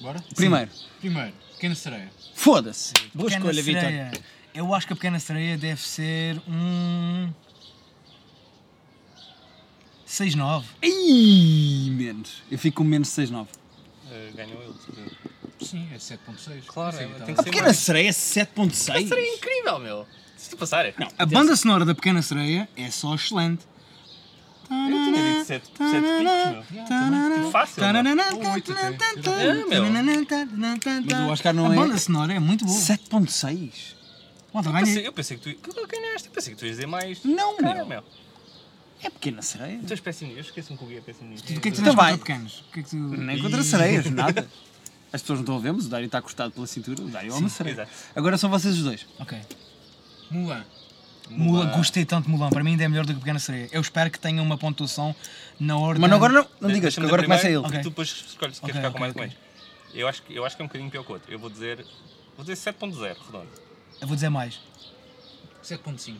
Speaker 5: Bora?
Speaker 1: Primeiro,
Speaker 5: Primeiro, Pequena Sereia.
Speaker 1: foda-se. Boa
Speaker 3: Pequena
Speaker 1: escolha, Vitor.
Speaker 3: Sereia. Eu acho que a Pequena Sereia deve ser um. 6-9.
Speaker 1: Ai, menos. Eu fico com menos 6,9.
Speaker 2: Eh, Ganhou ele.
Speaker 5: Sim, é 7.6.
Speaker 2: Claro,
Speaker 5: Não sei,
Speaker 2: é,
Speaker 5: tá-
Speaker 2: tem que ser
Speaker 1: Pequena sereia 7.6?
Speaker 2: incrível, meu. Se tu passar, é. Não.
Speaker 3: A banda sonora da Pequena Sereia é só excelente.
Speaker 2: Eu tinha dito 7 picos, meu. Tipo, Fácil. não é?
Speaker 1: É, Mas o Oscar não
Speaker 3: A
Speaker 1: é-
Speaker 3: banda sonora é muito boa.
Speaker 1: 7.6?
Speaker 3: Malta,
Speaker 2: Eu pensei-
Speaker 1: assim.
Speaker 3: ganhei.
Speaker 2: Eu pensei que tu. Que ganhaste? Eu pensei que tu ias dizer mais.
Speaker 1: Não,
Speaker 2: Cara,
Speaker 1: meu.
Speaker 2: meu.
Speaker 1: É pequena sereia.
Speaker 2: Tu és péssimo nisso. Eu esqueço-me que o Gui é péssimo nisso.
Speaker 3: O que é que tu
Speaker 1: Então
Speaker 3: tens
Speaker 1: vai.
Speaker 3: contra pequenos? O que é que tu-
Speaker 1: Nem contra sereias, nada. As pessoas não estão a ver, mas o Dário está cortado pela cintura. O Dário é uma sereia.
Speaker 2: exato.
Speaker 1: Agora são vocês os dois.
Speaker 3: Ok.
Speaker 5: Mulan.
Speaker 3: Mulan, gostei tanto de Mulan. Para mim ainda é melhor do que Pequena Sereia. Eu espero que tenha uma pontuação na ordem.
Speaker 1: Mas não, agora não, não
Speaker 2: Deixa-me
Speaker 1: digas, que
Speaker 2: dizer
Speaker 1: agora começa ele.
Speaker 2: primeiro,
Speaker 3: Ok.
Speaker 2: Tu depois escolhes se
Speaker 3: Ok,
Speaker 2: queres ficar com
Speaker 3: ok,
Speaker 2: mais ou
Speaker 3: ok.
Speaker 2: menos. Eu acho, que- eu acho que é um bocadinho pior que o outro. Eu vou dizer. Vou dizer 7.0, redondo.
Speaker 3: Eu vou dizer mais.
Speaker 5: 7.5.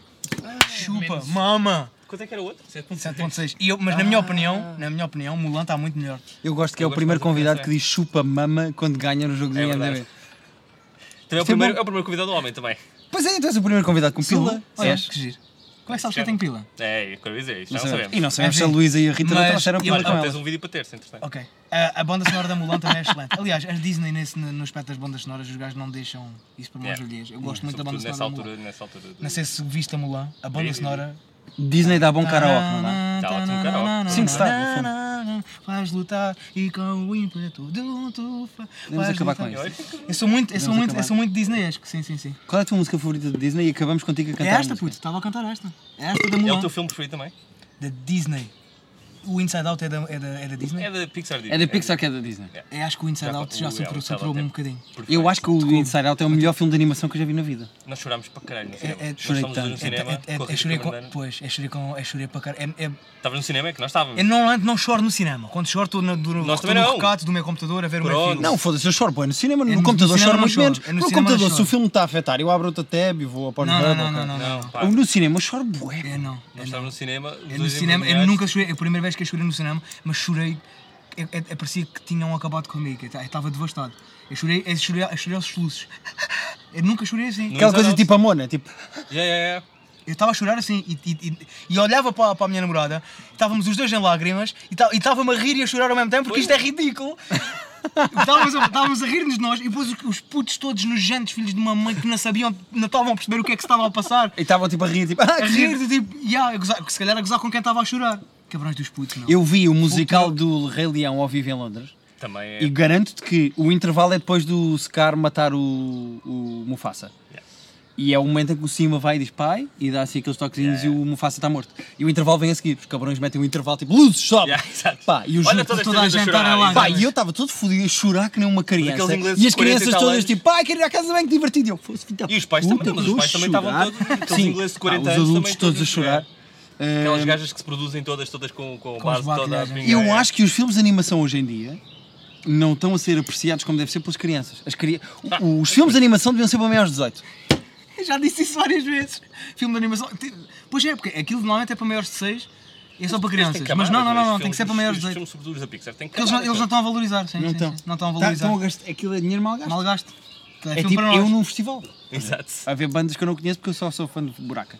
Speaker 3: Chupa,
Speaker 5: menos.
Speaker 3: mama!
Speaker 2: Quanto é que era o outro?
Speaker 5: 7.6.
Speaker 3: 7.6. E eu- Mas na
Speaker 1: Ah.
Speaker 3: minha opinião, na minha opinião, Mulan está muito melhor.
Speaker 1: Eu gosto que é
Speaker 2: Eu
Speaker 1: o
Speaker 2: gosto
Speaker 1: primeiro
Speaker 2: mais do que
Speaker 1: convidado
Speaker 2: essa.
Speaker 1: que diz chupa mama quando ganha no jogo do
Speaker 2: É
Speaker 1: IMDB.
Speaker 2: verdade. Também é, o
Speaker 1: Isto é
Speaker 2: primeiro,
Speaker 1: bom.
Speaker 2: é o primeiro convidado homem também.
Speaker 1: Pois é, então és o primeiro convidado com pila.
Speaker 3: Pila? Olha,
Speaker 1: Sim.
Speaker 3: que giro. Como é que sabes que eu tenho pila?
Speaker 2: É, eu quero dizer, isto já
Speaker 1: Não sabemos.
Speaker 2: não sabemos.
Speaker 1: E não sabemos se a
Speaker 3: Enfim.
Speaker 1: Luísa e a Rita não
Speaker 3: Mas-
Speaker 1: trouxeram
Speaker 3: e
Speaker 1: pila
Speaker 2: Olha,
Speaker 1: com
Speaker 2: não, tens
Speaker 1: ela.
Speaker 2: um vídeo para ter, se entretanto.
Speaker 3: Ok. A, a banda sonora da Mulan também é excelente. Aliás, as Disney nesse, no aspecto das bandas sonoras, os gajos não deixam isso para mais
Speaker 2: Yeah.
Speaker 3: olheiros. Eu gosto muito da banda
Speaker 2: Sobretudo
Speaker 3: sonora
Speaker 2: nessa
Speaker 3: da Mulan.
Speaker 2: altura, nessa altura. do-
Speaker 3: Não sei se viste a Mulan, a banda
Speaker 2: Vi, vi, vi.
Speaker 3: sonora...
Speaker 1: Disney dá bom Um
Speaker 3: Ah.
Speaker 1: karaoke, não dá?
Speaker 2: Tá ótimo karaoke.
Speaker 1: Sim, está, no
Speaker 3: Vais lutar e com o ímpeto de um tufa...
Speaker 1: Vamos
Speaker 3: vais
Speaker 1: acabar com
Speaker 3: lutar.
Speaker 1: isto.
Speaker 3: Eu sou muito, eu sou
Speaker 1: Vamos
Speaker 3: muito, eu
Speaker 1: acabar.
Speaker 3: sou muito Disneyesco, sim, sim, sim.
Speaker 1: Qual é a tua música favorita de Disney e acabamos contigo a
Speaker 3: É
Speaker 1: cantar? a
Speaker 3: esta,
Speaker 1: música.
Speaker 3: puto, estava a cantar esta. É esta da
Speaker 2: É
Speaker 3: Mulan,
Speaker 2: o teu filme preferido também?
Speaker 3: da Disney. O Inside Out é da, é da, é da Disney?
Speaker 2: É da Pixar Disney.
Speaker 1: É da Pixar que é da Disney.
Speaker 3: Eu acho que o Inside
Speaker 2: Já
Speaker 3: Out
Speaker 2: co-
Speaker 3: já
Speaker 2: o- é, o
Speaker 3: superou,
Speaker 2: Inside Out
Speaker 3: superou-me
Speaker 2: é-
Speaker 3: um bocadinho.
Speaker 1: Eu acho que o Inside Out é o melhor filme de animação que eu já vi na vida.
Speaker 2: Nós chorámos para caralho no
Speaker 3: É-
Speaker 2: cinema.
Speaker 3: é-
Speaker 2: Nós
Speaker 1: chorei
Speaker 2: estávamos
Speaker 1: tanto.
Speaker 2: no
Speaker 3: É-
Speaker 2: cinema.
Speaker 3: é- é-
Speaker 2: com a
Speaker 3: é
Speaker 2: Rita
Speaker 3: chorei com-
Speaker 2: Cambandana.
Speaker 3: Pois, é chorei com. É chorei para caralho. É- é-
Speaker 2: Estavas no cinema, é que nós estávamos.
Speaker 3: Eu normalmente não choro no cinema. Quando choro, estou no, no,
Speaker 2: Nós
Speaker 3: estou
Speaker 2: também
Speaker 3: no
Speaker 2: não.
Speaker 3: recato do meu computador a ver o meu
Speaker 2: Pronto.
Speaker 3: filme.
Speaker 1: Não, foda-se, eu choro bem no cinema,
Speaker 3: no-
Speaker 1: no,
Speaker 3: É no
Speaker 1: computador
Speaker 3: cinema
Speaker 1: choro
Speaker 3: não
Speaker 1: muito
Speaker 3: choro.
Speaker 1: menos.
Speaker 3: É no
Speaker 1: no
Speaker 3: cinema não
Speaker 1: computador, se o
Speaker 3: choro.
Speaker 1: filme me está a afetar, eu abro outra tab e vou a
Speaker 3: não,
Speaker 1: Pornhub.
Speaker 3: não,
Speaker 1: ou cara.
Speaker 3: não, não, É, não, não.
Speaker 2: Não, pá.
Speaker 1: Eu No cinema eu choro
Speaker 3: Eu
Speaker 1: bué.
Speaker 3: não.
Speaker 2: Nós
Speaker 3: Eu não.
Speaker 2: estávamos no cinema. os
Speaker 3: Eu no
Speaker 2: dois
Speaker 3: cinema, eu
Speaker 2: embrunados.
Speaker 3: nunca chorei. é A primeira vez que eu chorei no cinema, mas chorei. eu- eu- eu Parecia que tinham acabado comigo. Eu ta- eu estava devastado. Eu chorei, eu chorei, eu chorei aos soluços. Eu nunca chorei assim.
Speaker 2: No
Speaker 1: Aquela coisa
Speaker 2: Inside
Speaker 1: tipo a Mona, tipo,
Speaker 2: Yeah, yeah, yeah.
Speaker 3: Eu estava a chorar assim e, e- e- e olhava para, para a minha namorada, estávamos os dois em lágrimas e ta- e estava-me a rir e a chorar ao mesmo tempo porque isto é ridículo. Estávamos a, estávamos a rir-nos de nós e depois os, os putos todos nojentos, filhos de uma mãe que não sabiam, não estavam a perceber o que é que se estava a passar.
Speaker 1: E estavam tipo a rir, tipo, ah,
Speaker 3: A
Speaker 1: que
Speaker 3: rir
Speaker 1: giro.
Speaker 3: de tipo, yeah, a gozar- se calhar a gozar com quem estava a chorar. Cabrões dos putos, não.
Speaker 1: Eu vi o musical do Rei Leão ao vivo em Londres
Speaker 2: Também é.
Speaker 1: e garanto-te que o intervalo é depois do Scar matar o, o Mufasa.
Speaker 2: Yeah.
Speaker 1: E é o momento em que o Simba vai e diz pai e dá assim aqueles toquezinhos
Speaker 2: Yeah.
Speaker 1: e o Mufasa está morto. E o intervalo vem a seguir, os cabrões metem um intervalo tipo luzes, sobe!
Speaker 2: Yeah, exato.
Speaker 1: Pá, e eu
Speaker 2: Olha
Speaker 1: juro
Speaker 2: toda
Speaker 1: que
Speaker 2: esta
Speaker 1: toda a
Speaker 2: gente a
Speaker 1: gente
Speaker 2: chorar,
Speaker 1: era lá.
Speaker 2: exato.
Speaker 1: Pá, e eu estava todo fodido a chorar que nem uma criança.
Speaker 2: Aqueles ingleses
Speaker 1: E as
Speaker 2: de 40 e
Speaker 1: crianças
Speaker 2: tal
Speaker 1: todas
Speaker 2: anos.
Speaker 1: tipo, pai, quero ir à casa bem, que divertido. E eu fosse filho da
Speaker 2: E os pais
Speaker 1: puta,
Speaker 2: também, mas os
Speaker 1: eu
Speaker 2: pais também estavam
Speaker 1: chorar.
Speaker 2: todos- aqueles
Speaker 1: Sim,
Speaker 2: ingleses de
Speaker 1: pá,
Speaker 2: 40
Speaker 1: os
Speaker 2: anos
Speaker 1: adultos
Speaker 2: também
Speaker 1: todos a
Speaker 2: todos,
Speaker 1: chorar.
Speaker 2: Aquelas
Speaker 3: eh,
Speaker 2: gajas que se produzem todas, todas com, com,
Speaker 3: as
Speaker 2: base toda a
Speaker 3: boacalhadas.
Speaker 1: Eu acho que os filmes de animação hoje em dia não estão a ser apreciados como deve ser pelas crianças. As cri... o-
Speaker 2: Tá.
Speaker 1: Os filmes de animação deviam ser para maiores de 18.
Speaker 3: Eu já disse isso várias vezes. Filme de animação. Ti- Pois é, porque aquilo normalmente é para maiores de 6 e é só para crianças. Mas não, não, não, não, tem que ser para maiores de 8.
Speaker 2: Os filmes sobretudo da Pixar têm que
Speaker 3: Eles, não-
Speaker 2: acabar,
Speaker 3: eles não estão a valorizar, sim. sim, sim. Não
Speaker 1: estão.
Speaker 3: estão a
Speaker 1: Tá,
Speaker 3: valorizar.
Speaker 1: estão a gastar... Aquilo é dinheiro mal gasto.
Speaker 3: Mal gasto. Aquilo
Speaker 1: É
Speaker 3: filme
Speaker 1: tipo
Speaker 3: para nós.
Speaker 1: eu num festival.
Speaker 2: então. Exato.
Speaker 1: A ver bandas que eu não conheço porque eu só sou fã de buraca.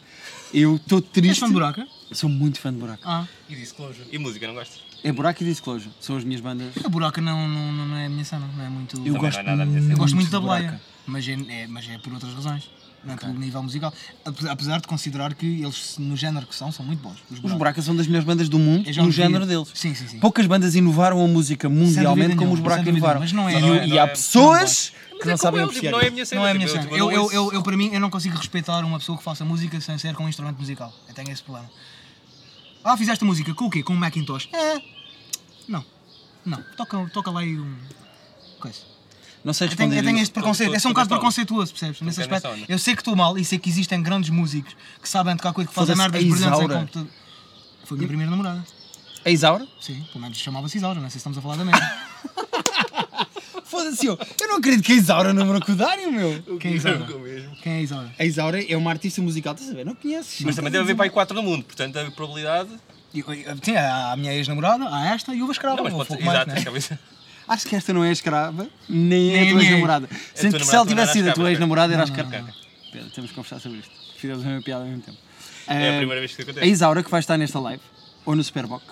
Speaker 1: Eu estou triste.
Speaker 3: És fã de buraca?
Speaker 1: Sou muito fã de buraca.
Speaker 3: Ah.
Speaker 5: E disclosure.
Speaker 2: E música, não gosto.
Speaker 1: É buraca e disclosure. São as minhas bandas.
Speaker 3: A buraca não, não, não é a minha cena, não é muito.
Speaker 1: Eu
Speaker 2: não
Speaker 1: gosto,
Speaker 2: é nada a minha cena.
Speaker 3: Eu gosto muito
Speaker 1: de
Speaker 3: da Bleia,
Speaker 1: Buraca.
Speaker 3: mas é, é- mas é por outras razões. Não é pelo nível musical. Ape- Apesar de considerar que eles, no género que são, são muito bons.
Speaker 1: Os buracas são das melhores bandas do mundo
Speaker 3: Eu já
Speaker 1: no
Speaker 3: os vi.
Speaker 1: género deles.
Speaker 3: É Sim, sim, sim.
Speaker 1: Poucas bandas inovaram a música mundialmente
Speaker 3: dúvida
Speaker 1: como os
Speaker 3: nenhuma,
Speaker 1: buracas
Speaker 3: sem dúvida
Speaker 1: inovaram.
Speaker 3: nenhuma, mas não é-
Speaker 1: E-
Speaker 3: não é-
Speaker 1: e
Speaker 2: não
Speaker 1: há
Speaker 2: é-
Speaker 1: pessoas que
Speaker 2: Mas
Speaker 1: não
Speaker 2: é como
Speaker 1: sabem
Speaker 2: eu, tipo,
Speaker 1: apreciar.
Speaker 2: não é a minha cena.
Speaker 3: Não é a
Speaker 2: tipo,
Speaker 3: minha cena.
Speaker 2: tipo,
Speaker 3: Eu, eu,
Speaker 2: ouço-
Speaker 3: eu, eu, para mim, eu não consigo respeitar uma pessoa que faça música sem ser com um instrumento musical. Eu tenho esse problema. Ah, fizeste música com o quê? Com um Macintosh? É. Não. Não. Toca, toca lá aí um. Coisa.
Speaker 1: Não sei
Speaker 3: Eu tenho,
Speaker 1: responder.
Speaker 3: eu tenho este
Speaker 2: Tô-
Speaker 3: preconceito.
Speaker 2: tô-
Speaker 3: é só um
Speaker 2: tô
Speaker 3: caso
Speaker 2: nessa onda.
Speaker 3: preconceituoso, percebes? Nesse
Speaker 2: bocado
Speaker 3: aspecto.
Speaker 2: nessa onda.
Speaker 3: Eu sei que estou mal e sei que existem grandes músicos que sabem tocar coisa que fazem
Speaker 1: Foda-se,
Speaker 3: merdas
Speaker 1: a
Speaker 3: brilhantes em
Speaker 1: Isaura.
Speaker 3: computador. Foi a minha primeira namorada.
Speaker 1: A É Isaura?
Speaker 3: Sim, pelo menos chamava-se Isaura, não sei se estamos a falar da mesma.
Speaker 1: Foda-se, eu, eu não acredito que a Isaura namorou com o Dário, meu.
Speaker 3: Quem é Isaura?
Speaker 2: mesmo.
Speaker 3: Quem é Isaura?
Speaker 1: A Isaura é uma artista musical, estás a ver? Não conheces.
Speaker 2: Mas também deve haver para aí 4 no mundo, portanto a probabilidade.
Speaker 3: Eu- eu- Sim, há a minha ex-namorada, há esta e o Vascrava.
Speaker 2: Não, mas
Speaker 3: ou
Speaker 2: pode
Speaker 3: pouco
Speaker 2: ser.
Speaker 3: mais,
Speaker 2: Exato,
Speaker 3: né?
Speaker 2: tens cabeça.
Speaker 1: Acho que esta não é escrava, nem é a
Speaker 3: Nem
Speaker 1: tua
Speaker 3: é.
Speaker 1: ex-namorada. Sendo
Speaker 2: tua
Speaker 1: que se ela
Speaker 2: namorada
Speaker 1: tivesse sido a tua
Speaker 2: também não
Speaker 1: ex-namorada, era escrava. Pedro, temos que conversar sobre isto. Fizemos a mesma piada ao mesmo tempo.
Speaker 2: É a
Speaker 1: Ah,
Speaker 2: primeira vez que
Speaker 1: A
Speaker 2: acontece.
Speaker 1: Isaura, que vai estar nesta live, ou no Superboc,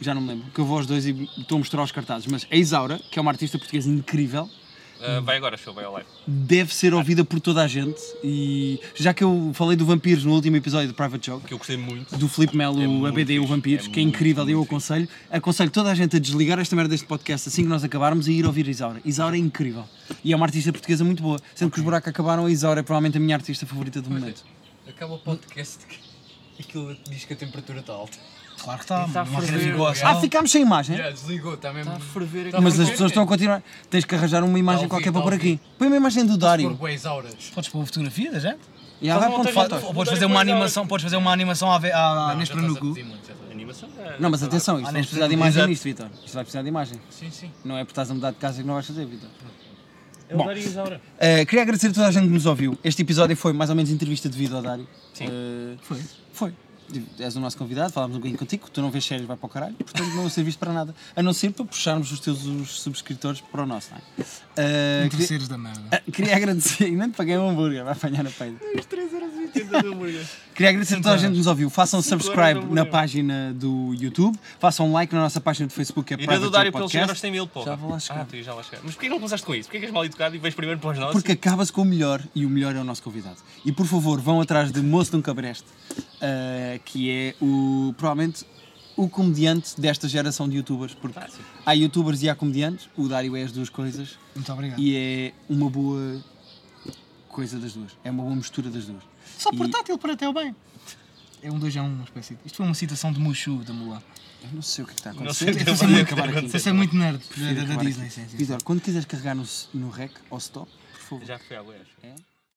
Speaker 1: já não me lembro, que eu vou aos dois e estou a mostrar os cartazes, mas a Isaura, que é uma artista portuguesa incrível,
Speaker 2: Ah, vai agora, show, vai ao live.
Speaker 1: deve ser ouvida por toda a gente e já que eu falei do Vampiros no último episódio do Private Joke,
Speaker 2: Que eu gostei muito.
Speaker 1: do Filipe Melo,
Speaker 2: É
Speaker 1: o
Speaker 2: muito
Speaker 1: ABD, o
Speaker 2: fixe,
Speaker 1: Vampiros,
Speaker 2: é
Speaker 1: que é
Speaker 2: muito,
Speaker 1: incrível e eu
Speaker 2: muito
Speaker 1: aconselho. Aconselho toda a gente a desligar esta merda deste podcast assim que nós acabarmos e ir ouvir a Isaura. Isaura é incrível. E é uma artista portuguesa muito boa. Sendo que os buracos acabaram, a Isaura é provavelmente a minha artista favorita do momento.
Speaker 5: Acaba o podcast que aquilo diz que a temperatura está alta.
Speaker 3: Claro que está,
Speaker 1: a
Speaker 3: uma
Speaker 1: ferver.
Speaker 3: ficou a
Speaker 1: Ah, ficámos sem imagem?
Speaker 5: Já desligou, está mesmo. Está Tá a ferver
Speaker 1: Mas as pessoas estão a continuar. Tens que arranjar uma imagem
Speaker 5: Tá
Speaker 1: qualquer
Speaker 5: ouvido,
Speaker 1: para
Speaker 5: tá
Speaker 1: pôr aqui. Põe uma imagem do
Speaker 5: Por
Speaker 1: Dário.
Speaker 5: boas auras.
Speaker 3: Podes pôr fotografia da gente?
Speaker 1: E ela vai
Speaker 2: Faz uma
Speaker 1: pondo
Speaker 2: montagem
Speaker 1: fotos.
Speaker 2: de
Speaker 3: Podes fazer uma animação, podes fazer uma animação à, ve- à, à
Speaker 5: Já
Speaker 3: Nespera
Speaker 5: estás
Speaker 3: no
Speaker 5: a
Speaker 3: cu.
Speaker 5: pedir muito, já estás a-
Speaker 2: Animação? é-
Speaker 1: Não, mas atenção, isto
Speaker 3: Ah,
Speaker 1: vai precisar
Speaker 3: nem
Speaker 1: de
Speaker 3: precisa-
Speaker 1: imagem
Speaker 2: Exato.
Speaker 1: nisto, Vitor. Isto vai precisar de imagem.
Speaker 5: Sim, sim.
Speaker 1: Não é porque estás a mudar de casa que não vais fazer, Vitor.
Speaker 2: É o Dário e a Isaura.
Speaker 1: Uh, queria agradecer a toda a gente que nos ouviu. Este episódio foi mais ou menos entrevista de vida ao Dário.
Speaker 2: Sim.
Speaker 1: Uh,
Speaker 3: Foi.
Speaker 1: foi. És o nosso convidado, falámos um bocadinho contigo, tu não vês séries, vai para o caralho, portanto não serviste para nada. A não ser para puxarmos os teus os subscritores para o nosso, não é? Uh, queria,
Speaker 3: Terceiros da merda.
Speaker 1: Ah, queria agradecer, e não te paguei um hambúrguer, vai apanhar a peida.
Speaker 2: Exato.
Speaker 1: Queria agradecer a
Speaker 2: Então,
Speaker 1: toda a gente que nos ouviu. Façam
Speaker 2: é
Speaker 1: subscribe
Speaker 2: claro,
Speaker 1: na
Speaker 2: não.
Speaker 1: página do YouTube, façam um like na nossa página do Facebook, que é
Speaker 2: E na
Speaker 1: Private
Speaker 2: do
Speaker 1: Joke
Speaker 2: Dário para ele chegar aos
Speaker 1: Podcast,
Speaker 2: 100 mil, porra.
Speaker 1: Já vou lá chegar.
Speaker 2: Ah, tu ias já lá chegar. Mas porquê não começaste com isso? Porquê que és mal educado e vais primeiro para os nossos?
Speaker 1: porque acaba-se com o melhor e o melhor é o nosso convidado. E por favor, vão atrás de Moço de um Cabreste, ah, que é o provavelmente o comediante desta geração de youtubers, porque
Speaker 2: Ah, sim.
Speaker 1: há youtubers e há comediantes, o Dário é as duas coisas
Speaker 3: Muito obrigado.
Speaker 1: e é uma boa coisa das duas, é uma boa mistura das duas.
Speaker 3: Só
Speaker 1: E-
Speaker 3: portátil para até o bem. É um 2 a 1, uma espécie. de- Isto foi uma citação de Mushu da Mulan.
Speaker 1: Eu não sei o que é que está a
Speaker 2: Não
Speaker 1: acontecer.
Speaker 2: sei o que
Speaker 1: Eu
Speaker 2: é
Speaker 1: vou
Speaker 2: que
Speaker 1: acabar
Speaker 2: está a
Speaker 1: aqui.
Speaker 2: acontecer.
Speaker 3: Isso é muito nerd,
Speaker 1: Prefiro
Speaker 3: da, da
Speaker 1: acabar
Speaker 3: Disney,
Speaker 1: aqui.
Speaker 3: sim, sim.
Speaker 1: Vitor, quando quiseres carregar no, no rec ou stop, por favor.
Speaker 2: Já foi à boia, acho.
Speaker 1: É?